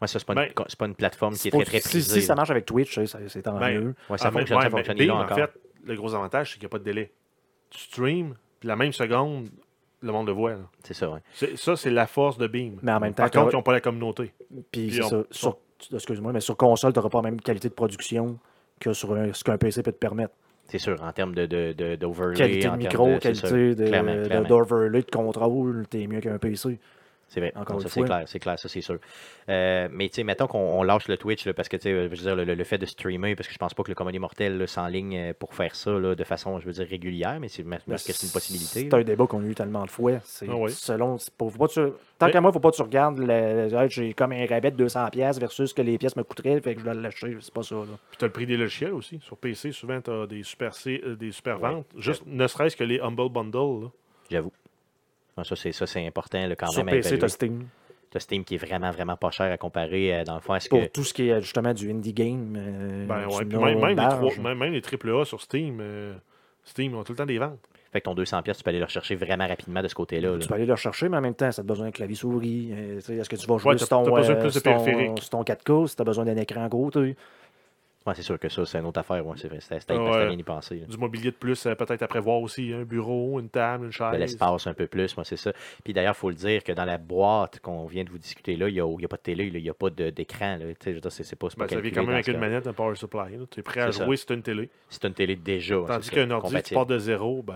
A: Moi, ça, c'est pas, une-
C: Ben,
A: c'est pas une plateforme qui est
B: Faut-
A: très, très
B: si-
A: prisée.
B: Si, ça marche avec Twitch, ça, ça- c'est tant
C: Ben,
B: mieux.
A: Ouais, ça
C: Enfin,
A: fonctionne,
C: ouais,
A: ça
C: mais
A: fonctionne
C: Beam,
A: là
C: en
A: encore.
C: fait, le gros avantage, c'est qu'il n'y a pas de délai. Tu streams, puis la même seconde, le monde le voit. là.
A: C'est ça, ouais.
C: C'est- Ça, c'est la force de Beam.
B: Mais en même temps,
C: Par contre,
B: t'auras-
C: ils n'ont pas la communauté.
B: Puis
C: puis
B: c'est
C: on-
B: ça. Sur, excuse-moi, mais sur console, tu n'auras pas la même qualité de production que sur un- ce qu'un PC peut te permettre.
A: C'est sûr, en termes de, de, de- d'overlay,
B: Qualité
A: en termes
B: de micro,
A: de- c'est
B: qualité
A: sûr,
B: de,
A: clairement,
B: de-
A: clairement.
B: d'overlay, de contrôle, t'es mieux qu'un PC.
A: C'est vrai.
B: Encore
A: Non,
B: une
A: ça, c'est
B: fois.
A: clair, c'est clair, ça, c'est sûr. Euh, mais tu sais, mettons qu'on on lâche le Twitch, là, parce que tu sais, je veux dire, le, le- le fait de streamer, parce que je pense pas que le commandé mortel là, s'enligne euh, pour faire ça là, de façon, je veux dire, régulière, mais c'est, mais- mais est-ce que c'est une possibilité.
B: Ben, C'est
A: là?
B: un débat qu'on a eu tellement de fois. C'est
C: Ah ouais.
B: selon, c'est pas- faut pas que tu- tant
C: Mais-
B: qu'à moi, faut pas que tu regardes, le- le- hey, j'ai comme un rabais de 200$ piastres versus ce que les pièces me coûteraient, fait que je dois l'acheter. C'est pas ça. là.
C: Puis tu as le prix des logiciels aussi. Sur PC, souvent, tu as des super, C- euh, des super ventes. Juste, ne serait-ce que les Humble Bundle. là.
A: Mm, J'avoue. Non, ça, c'est, ça, c'est important là, quand
B: Sur
A: même. à
B: PC,
A: évaluer.
B: t'as Steam.
A: T'as Steam qui est vraiment, vraiment pas cher à comparer, euh, dans le fond, à ce
B: Pour
A: que.
B: tout ce qui est justement du indie game. euh,
C: Ben ouais,
B: du
C: puis même, même les
B: non-large.
C: trois- même- même les AAA sur Steam, euh, Steam ont tout le temps des ventes.
A: Fait que ton 200$, piastres, tu peux aller le rechercher vraiment rapidement de ce côté-là. là.
B: Tu peux aller le rechercher, mais en même temps, ça te besoin d'un clavier souris. euh, tu sais, Est-ce que tu vas jouer
C: Ouais, t'as-
B: sur, ton,
C: t'as besoin
B: euh,
C: de plus de
B: sur ton-
C: périphérique.
B: sur ton 4K, si tu as besoin d'un écran gros, tu sais.
A: Ouais, c'est sûr que ça, c'est une autre affaire. Ouais, c'est vrai. C'était, c'était,
C: Ah,
A: c'était
C: ouais.
A: bien y penser. là.
C: Du mobilier de plus, euh, peut-être à prévoir aussi. Un bureau, une table, une
A: de
C: chaise.
A: l'espace un peu plus, moi, c'est ça. Puis d'ailleurs, il faut le dire que dans la boîte qu'on vient de vous discuter là, il n'y a, il y a pas de télé, là, il n'y a pas de- d'écran. là. Tu sais, je veux dire, C'est c'est pas, c'est pas
C: Ben, ça vient
A: calculé
C: quand même
A: dans
C: avec
A: ce
C: une
A: cas-là.
C: manette, un power supply. là. Tu es prêt à
A: C'est ça.
C: jouer si tu une télé.
A: C'est une télé déjà. hein,
C: Tandis
A: c'est ça,
C: qu'un ordi, tu
A: compatible.
C: pars de zéro, ben,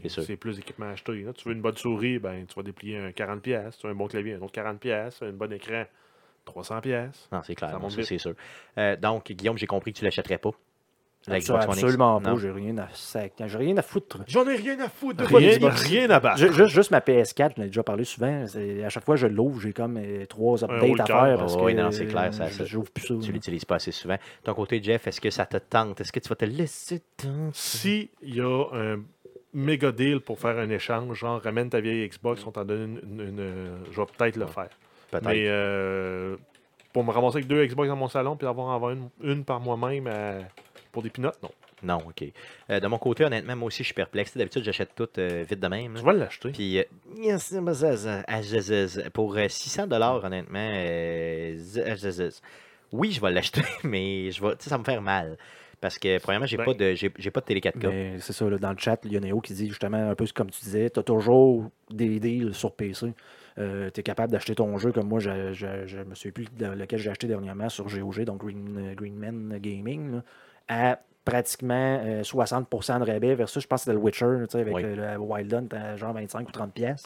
A: C'est sûr.
C: c'est plus d'équipement acheté. Tu veux une bonne souris, ben, tu vas déplier un 40$. piastres. Tu veux un bon clavier, un autre 40$. piastres. Un bon écran, 300$. piastres.
A: Non, c'est clair,
C: Ça
A: non,
C: monte
A: ça,
C: vite.
A: c'est sûr. Euh, donc, Guillaume, j'ai compris que tu ne l'achèterais pas. La
B: Absol-
A: Xbox One X.
B: Absolument pas,
A: Non.
B: j'ai rien à sac- j'ai rien à foutre.
C: J'en ai rien à foutre de
B: Rien-
C: rien, rien à
A: Ah.
C: battre.
B: Ju- Juste, juste ma PS4, j'en ai déjà parlé souvent. c'est- À chaque fois que je l'ouvre, j'ai comme euh, trois updates à
C: haut-le-cœur.
B: faire. Parce
A: Ah
B: que
A: ouais, non, c'est clair, ça-
B: euh,
A: ça-
B: J'ouvre plus ça.
A: Tu
B: là.
A: l'utilises pas assez souvent. Ton côté, Jeff, est-ce que ça te tente? Est-ce que tu vas te laisser tenter?
C: S'il y a un méga deal pour faire un échange, genre ramène ta vieille Xbox, on t'en donne une. une- une- je vais peut-être le faire.
A: Peut-être.
C: Mais euh, pour me ramasser avec deux Xbox dans mon salon puis avoir en avoir une, une par moi-même à- pour des pinottes, non.
A: Non, OK. Euh, de mon côté, honnêtement, moi aussi, je suis perplexe. D'habitude, j'achète tout euh, vite de même. là.
C: Tu vas l'acheter.
A: Puis, euh, yes, yes, yes, yes, yes, yes, yes. pour euh, 600 dollars, honnêtement, euh, z- yes, yes, yes. oui, je vais l'acheter, mais je vais, tu sais, ça va me faire mal. Parce que, premièrement, j'ai
C: Ben.
A: pas de j'ai j'ai pas de télé 4K.
B: Mais c'est ça, là, dans le chat, il y a Néo qui dit justement, un peu comme tu disais, tu as toujours des deals sur PC. tu es capable d'acheter ton jeu comme moi, je, je, je me souviens plus de lequel j'ai acheté dernièrement sur GOG, donc Green, Greenman Gaming, là, à pratiquement euh, 60% de rabais versus, je pense que c'était le Witcher, tu sais, avec
A: Oui.
B: euh, le Wild Hunt à genre 25 ou 30 pièces.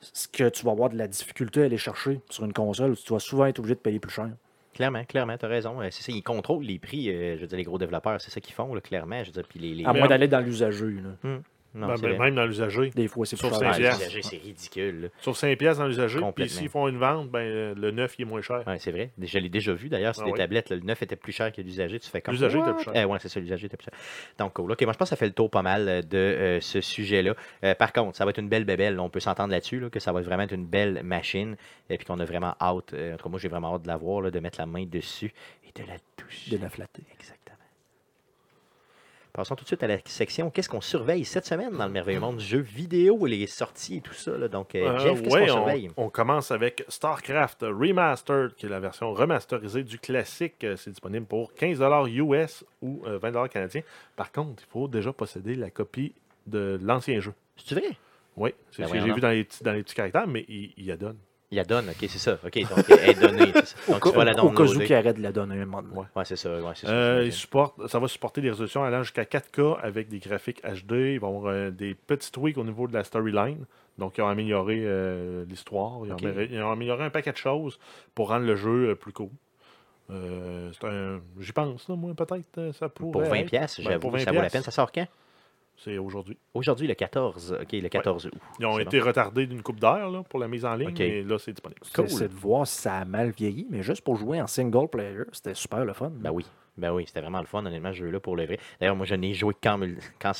B: Ce que tu vas avoir de la difficulté à aller chercher sur une console, tu vas souvent être obligé de payer plus cher.
A: Clairement, clairement, t'as raison. Euh, C'est ça, ils contrôlent les prix, euh, je veux dire, les gros développeurs, c'est ça qu'ils font, là, clairement. Je veux dire, puis les, les-
B: À
C: Mais
B: moins
C: en-
B: d'aller dans l'usager. là.
A: Non,
C: Ah, Ben,
A: c'est
C: ben,
A: vrai.
C: même dans l'usager.
B: Des fois, c'est
C: Sur
B: plus
A: Ah,
B: cher.
C: cinq
A: les
C: piastres.
A: usagers, c'est ridicule. là.
C: Sur 5 piastres dans l'usager, puis
A: Complètement.
C: s'ils font une vente, ben, euh, le neuf, il est moins cher.
A: Ouais, c'est vrai. Je l'ai déjà vu d'ailleurs, c'est
C: Ah
A: des
C: oui.
A: tablettes. là, Le neuf était plus cher que l'usager. Tu fais comme
C: L'usager était plus
A: What?
C: cher.
A: Eh ouais, c'est ça, l'usager était plus cher. Donc, cool. OK, moi, je pense que ça fait le tour pas mal euh, de euh, ce sujet-là. Euh, par contre, ça va être une belle bébelle. là, On peut s'entendre là-dessus, là, que ça va être vraiment être une belle machine. Et puis qu'on a vraiment hâte. euh, en tout cas, moi, j'ai vraiment hâte de la voir, là, de mettre la main dessus et de la toucher.
B: De la flatter.
A: Exactement. Passons tout de suite à la section Qu'est-ce qu'on surveille cette semaine dans le merveilleux monde du jeu vidéo, les sorties et tout ça. là. Donc, euh,
C: Euh,
A: Jeff, qu'est-ce
C: ouais,
A: qu'on
C: on-
A: surveille
C: on, commence avec StarCraft Remastered, qui est la version remasterisée du classique. Euh, C'est disponible pour 15$ US ou euh, 20$ canadiens. Par contre, il faut déjà posséder la copie de l'ancien jeu.
A: C'est vrai
C: Oui, c'est
A: Ben
C: ce que j'ai
A: voyons
C: vu dans les, petits, dans les petits caractères, mais il, il la donne.
A: Il la donne, ok, c'est ça. Ok, donc elle est donnée. c'est ça. Donc
B: Au
A: Ah, tu vas la
B: cas- Au cas où
A: downloader.
B: qui arrête de la donner un moment donné.
C: Ouais.
A: Ouais, c'est ça. Ouais, c'est ça,
C: Euh, il
A: j'imagine.
C: supporte- ça va supporter des résolutions allant jusqu'à 4K avec des graphiques HD. Ils vont avoir euh, des petits tweaks au niveau de la storyline. Donc, ils ont amélioré euh, l'histoire. Ils, ont
A: Ok.
C: amélioré- ils ont amélioré un paquet de choses pour rendre le jeu euh, plus cool. Euh, c'est un- J'y pense, là, moi, peut-être. euh, Ça pourrait
A: pour 20
C: être.
A: pièces,
C: Ben,
A: j'avoue,
C: pour 20
A: ça vaut la
C: piastres.
A: peine. Ça sort quand
C: C'est aujourd'hui.
A: Aujourd'hui, le 14. Ok, le 14 août.
C: Ils ont
A: C'est
C: été retardés d'une coupe d'heure là, pour la mise en ligne,
A: Ok.
C: mais là, c'est disponible.
A: Cool.
B: C'est de voir si ça a mal vieilli, mais juste pour jouer en single player, c'était super le fun.
A: Ben oui. Ben oui, c'était vraiment le fun, honnêtement, ce jeu-là, pour le vrai. D'ailleurs, moi, je n'ai joué qu'en mul- qu'en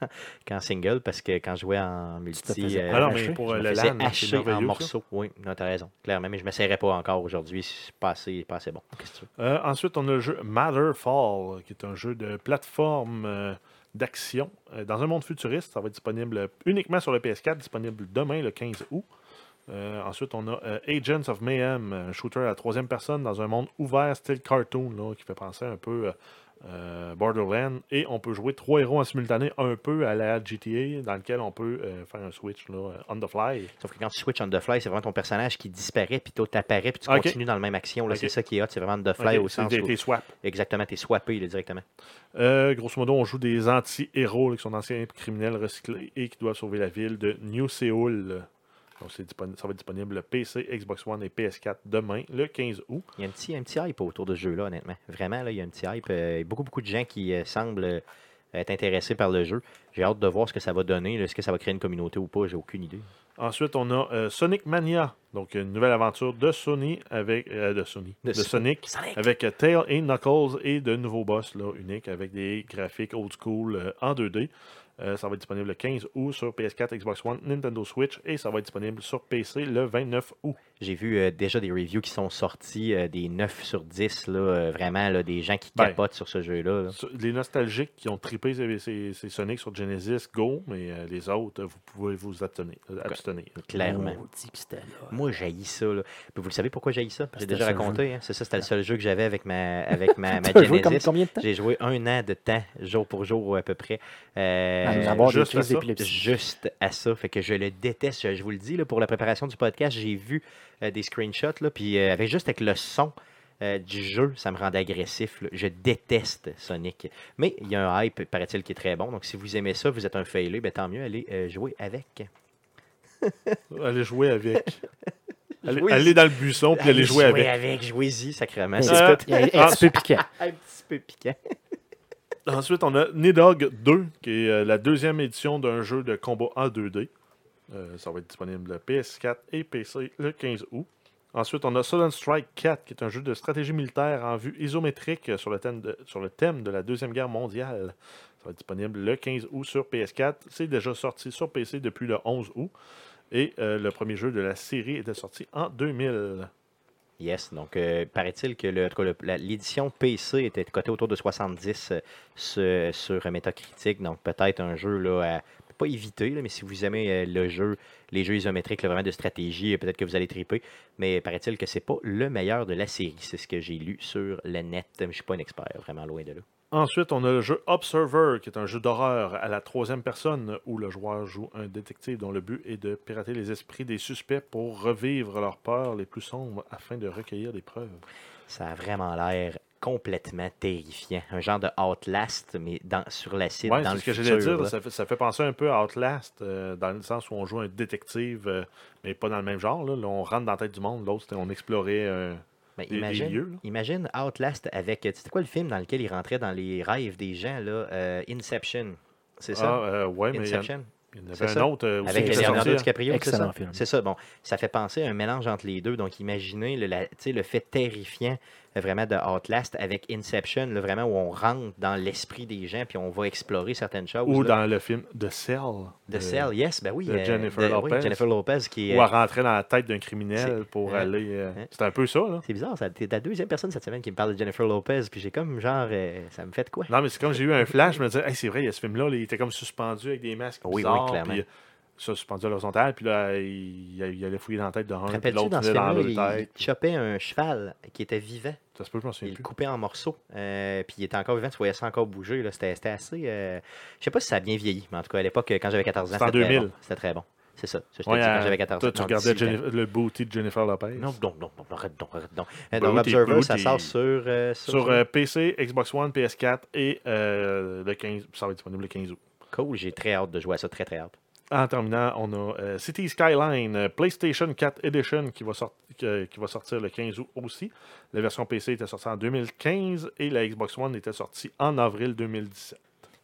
A: qu'en- qu'en single, parce que quand je jouais en
B: te
A: multi,
B: faisais
A: euh,
B: pas
C: Alors,
B: haché.
C: mais pour
A: je
C: euh,
A: me
C: le
A: faisais
C: LAN, c'est
A: hacher en
C: merveilleux. ça.
A: morceaux. Oui, non, t'as raison, clairement. Mais je ne m'essayerais pas encore aujourd'hui. C'est pas assez, pas assez bon. Qu'est-ce que tu veux?
C: Euh, ensuite, on a le jeu Matterfall, qui est un jeu de plateforme euh, d'action euh, dans un monde futuriste. Ça va être disponible uniquement sur le PS4, disponible demain, le 15 août. Euh, ensuite, on a euh, Agents of Mayhem, un shooter à la troisième personne dans un monde ouvert, style cartoon, là, qui fait penser un peu euh, euh, Borderlands. Et on peut jouer trois héros en simultané, un peu à la GTA, dans lequel on peut euh, faire un switch là, euh, on the fly.
A: Sauf que quand tu switches on the fly, c'est vraiment ton personnage qui disparaît, puis toi, t'apparais, puis tu
C: Ok.
A: continues dans la même action. Là,
C: Ok.
A: C'est ça qui est hot. C'est vraiment on the fly
C: Ok,
A: au
C: c'est
A: sens
C: des-
A: où-
C: des swaps.
A: Exactement, t'es swappé là, directement.
C: Euh, grosso modo, on joue des anti-héros là, qui sont d'anciens criminels recyclés et qui doivent sauver la ville de New Seoul. Donc, c'est disponi- ça va être disponible PC, Xbox One et PS4 demain, le 15 août.
A: Il y a un petit, un petit hype autour de ce jeu-là, honnêtement. Vraiment, là, il y a un petit hype. Euh, il y a beaucoup, beaucoup de gens qui euh, semblent euh, être intéressés par le jeu. J'ai hâte de voir ce que ça va donner. là. Est-ce que ça va créer une communauté ou pas J'ai aucune idée.
C: Ensuite, on a euh, Sonic Mania, donc une nouvelle aventure de Sony avec euh, de Sony,
A: De
C: de,
A: Son-
C: Sonic, avec euh, Tail et Knuckles et de nouveaux boss là, uniques avec des graphiques old school euh, en 2D. Euh, ça va être disponible le 15 août sur PS4, Xbox One, Nintendo Switch et ça va être disponible sur PC le 29 août.
A: J'ai vu euh, déjà des reviews qui sont sortis, euh, des 9 sur 10, là, euh, vraiment, là, des gens qui
C: Ben.
A: capotent sur ce jeu-là. là.
C: Sur- Les nostalgiques qui ont trippé ces, ces- ces Sonic sur Genesis, go, mais euh, les autres, euh, vous pouvez vous abstenir. euh, abstenir.
A: Clairement.
B: Maudit que c'était là.
A: Moi, j'haïs ça. Là. Puis vous le savez pourquoi j'haïs ça J'ai
B: Parce que
A: déjà
B: c'était le seul
A: raconté. hein. C'est ça, c'était le seul jeu que j'avais avec ma, avec ma, ma
B: T'as joué comme-
A: Genesis.
B: combien de temps
A: J'ai joué un an de temps, jour pour jour à peu près. Euh,
B: À nous avoir des
C: juste
B: crises
C: ça.
B: d'épilepsie.
A: juste à ça. Fait que je le déteste. Je, je vous le dis, là, pour la préparation du podcast, j'ai vu euh, des screenshots. Là, puis euh, avec, juste avec le son euh, du jeu, ça me rendait agressif. là. Je déteste Sonic. Mais il y a un hype, paraît-il, qui est très bon. Donc si vous aimez ça, vous êtes un failé, ben, tant mieux, allez euh, jouer avec.
C: Allez jouer avec. allez,
A: Jouez-y.
C: allez dans le buisson puis allez jouer avec.
A: Jouez-y, sacrément.
B: Mais
A: C'est
B: c'est
C: Ah.
B: tout- un un petit peu piquant.
A: un petit peu piquant.
C: Euh, Ensuite, on a Nidog 2, qui est euh, la deuxième édition d'un jeu de combat en 2D. Euh, ça va être disponible le PS4 et PC le 15 août. Ensuite, on a Sudden Strike 4, qui est un jeu de stratégie militaire en vue isométrique euh, sur le thème de, sur le thème de la Deuxième Guerre mondiale. Ça va être disponible le 15 août sur PS4. C'est déjà sorti sur PC depuis le 11 août. Et euh, le premier jeu de la série était sorti en 2000.
A: Yes, donc euh, paraît-il que le- en tout cas, le- la- l'édition PC était cotée autour de 70 euh, ce- sur Metacritic, donc peut-être un jeu là, à pas éviter, là, mais si vous aimez euh, le jeu, les jeux isométriques, là, vraiment de stratégie, euh, peut-être que vous allez triper, mais paraît-il que c'est pas le meilleur de la série, c'est ce que j'ai lu sur le net, mais je suis pas un expert, vraiment loin de là.
C: Ensuite, on a le jeu Observer, qui est un jeu d'horreur à la troisième personne, où le joueur joue un détective dont le but est de pirater les esprits des suspects pour revivre leurs peurs les plus sombres afin de recueillir des preuves.
A: Ça a vraiment l'air complètement terrifiant, un genre de Outlast, mais dans, sur l'acide,
C: Ouais,
A: dans
C: c'est
A: le
C: ce que
A: futur.
C: j'allais dire.
A: là.
C: Ça fait, ça fait penser un peu à Outlast, euh, dans le sens où on joue un détective, euh, mais pas dans le même genre. Là, Là, on rentre dans la tête du monde, l'autre, c'était- on explorait. euh,
A: Ben,
C: des- des
A: imagine,
C: lieux, là.
A: imagine Outlast avec. C'était quoi le film dans lequel il rentrait dans les rêves des gens, là euh, Inception. c'est
C: Ah,
A: ça?
C: euh, ouais, mais il y en-
A: Inception.
C: il y en
A: C'est
C: avait
A: ça.
C: un autre euh, aussi
A: Avec
C: qui est
B: Leonardo
A: Leonardo
C: sorti, hein.
A: DiCaprio, c'est
B: Excellent
A: ça?
B: film.
A: C'est ça. Bon, ça fait penser à un mélange entre les deux. Donc, imaginez le, la- tu sais, le fait terrifiant euh, vraiment de Outlast avec Inception, là, vraiment où on rentre dans l'esprit des gens puis on va explorer certaines choses.
C: Ou
A: là.
C: dans le film The Cell. euh,
A: De Cell, yes, ben oui.
C: de Jennifer
A: oui,
C: Lopez.
A: Jennifer Lopez qui est.
C: Ou à rentrer dans la tête d'un criminel pour
A: Hein?
C: aller. euh,
A: Hein?
C: C'est un peu ça, là.
A: C'est bizarre, ça- t'es la deuxième personne cette semaine qui me parle de Jennifer Lopez, puis j'ai comme genre, euh, ça me fait de quoi?
C: Non, mais c'est comme j'ai eu un flash, je me disais, Hey, c'est vrai, il y a ce film-là, là, il était comme suspendu avec des masques.
A: Oui,
C: bizarres,
A: oui, clairement.
C: Puis, euh, ça, suspendu à l'horizontale, puis là, il, il allait fouiller dans la tête d'un,
A: Te
C: puis
A: rappelles-tu
C: l'autre
A: dans ce
C: tenait dans
A: film-là, il,
C: l'autre tête.
A: il chopait un cheval qui était vivant,
C: Ça se peut, je m'en souviens
A: il le
C: plus.
A: coupait en morceaux, euh, puis il était encore vivant, tu voyais ça encore bouger, là, c'était c'était assez... euh, je sais pas si ça a bien vieilli, mais en tout cas, à l'époque, quand j'avais 14 ans,
C: C'était en
A: c'était très
C: 2000.
A: bon. C'était très bon, c'est ça, ça, je t'ai
C: Ouais,
A: dit quand
C: euh,
A: j'avais 14 ans.
C: Toi, tu
A: non,
C: regardais
A: 18 ans.
C: Jennifer- le booty de Jennifer Lopez.
A: Non, non, non, non, arrête donc, arrête donc. Euh,
C: Brody,
A: Dans l'Observer, ça
C: Brody.
A: sort sur... euh, sur,
C: Sur euh, PC, Xbox One, PS4 et euh, le 15, ça va être disponible le 15 août.
A: Cool, j'ai très hâte de jouer à ça, très très hâte.
C: En terminant, on a euh, City Skyline euh, PlayStation 4 Edition qui va, sorti- que- qui va sortir le 15 août aussi. La version PC était sortie en 2015 et la Xbox One était sortie en avril 2017.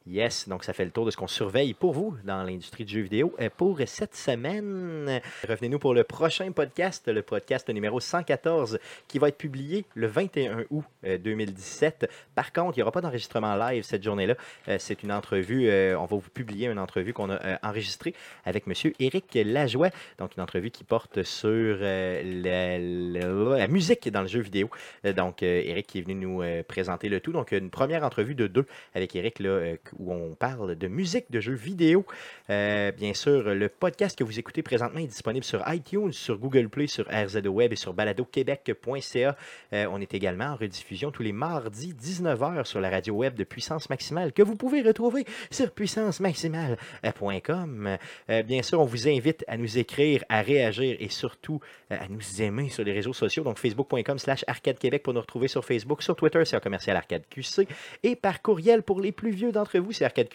A: Yes, donc ça fait le tour de ce qu'on surveille pour vous dans l'industrie du jeu vidéo euh, pour cette semaine. Revenez-nous pour le prochain podcast, le podcast numéro 114 qui va être publié le 21 août euh, 2017. Par contre, il n'y aura pas d'enregistrement live cette journée-là. Euh, C'est une entrevue, euh, on va vous publier une entrevue qu'on a euh, enregistrée avec M. Éric Lajoie, donc une entrevue qui porte sur euh, la, la- la musique dans le jeu vidéo. Euh, Donc, euh, Éric qui est venu nous euh, présenter le tout. Donc, une première entrevue de deux avec Eric là, euh, où on parle de musique, de jeux vidéo. Euh, bien sûr, le podcast que vous écoutez présentement est disponible sur iTunes, sur Google Play, sur RZO Web et sur baladoquebec.ca. Euh, on est également en rediffusion tous les mardis 19h sur la radio web de Puissance Maximale que vous pouvez retrouver sur puissancemaximale.com. Euh, bien sûr, on vous invite à nous écrire, à réagir et surtout euh, à nous aimer sur les réseaux sociaux. Donc, facebook.com slash arcade québec pour nous retrouver sur Facebook, sur Twitter, c'est un commercial arcade QC et par courriel pour les plus vieux d'entre vous, c'est arcadeqc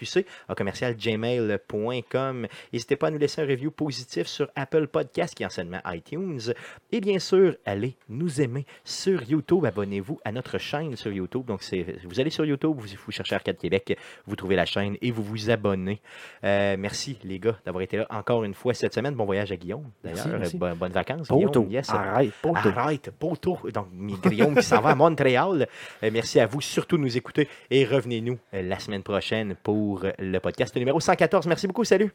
A: à commercial gmail.com. N'hésitez pas à nous laisser un review positif sur Apple Podcast qui est anciennement iTunes. Et bien sûr, allez nous aimer sur YouTube. Abonnez-vous à notre chaîne sur YouTube. Donc, c'est, vous allez sur YouTube, vous, vous cherchez Arcade Québec, vous trouvez la chaîne et vous vous abonnez. Euh, merci les gars d'avoir été là encore une fois cette semaine. Bon voyage à Guillaume. D'ailleurs,
B: Merci, merci.
A: Bon- bonnes vacances.
B: Poto.
A: Guillaume. Yes.
B: Arrête, Poto.
A: Arrête, poteau. Donc, Guillaume qui s'en va à Montréal. Euh, merci à vous surtout de nous écouter et revenez-nous euh, la semaine prochaine pour euh, le podcast numéro 114. Merci beaucoup. Salut.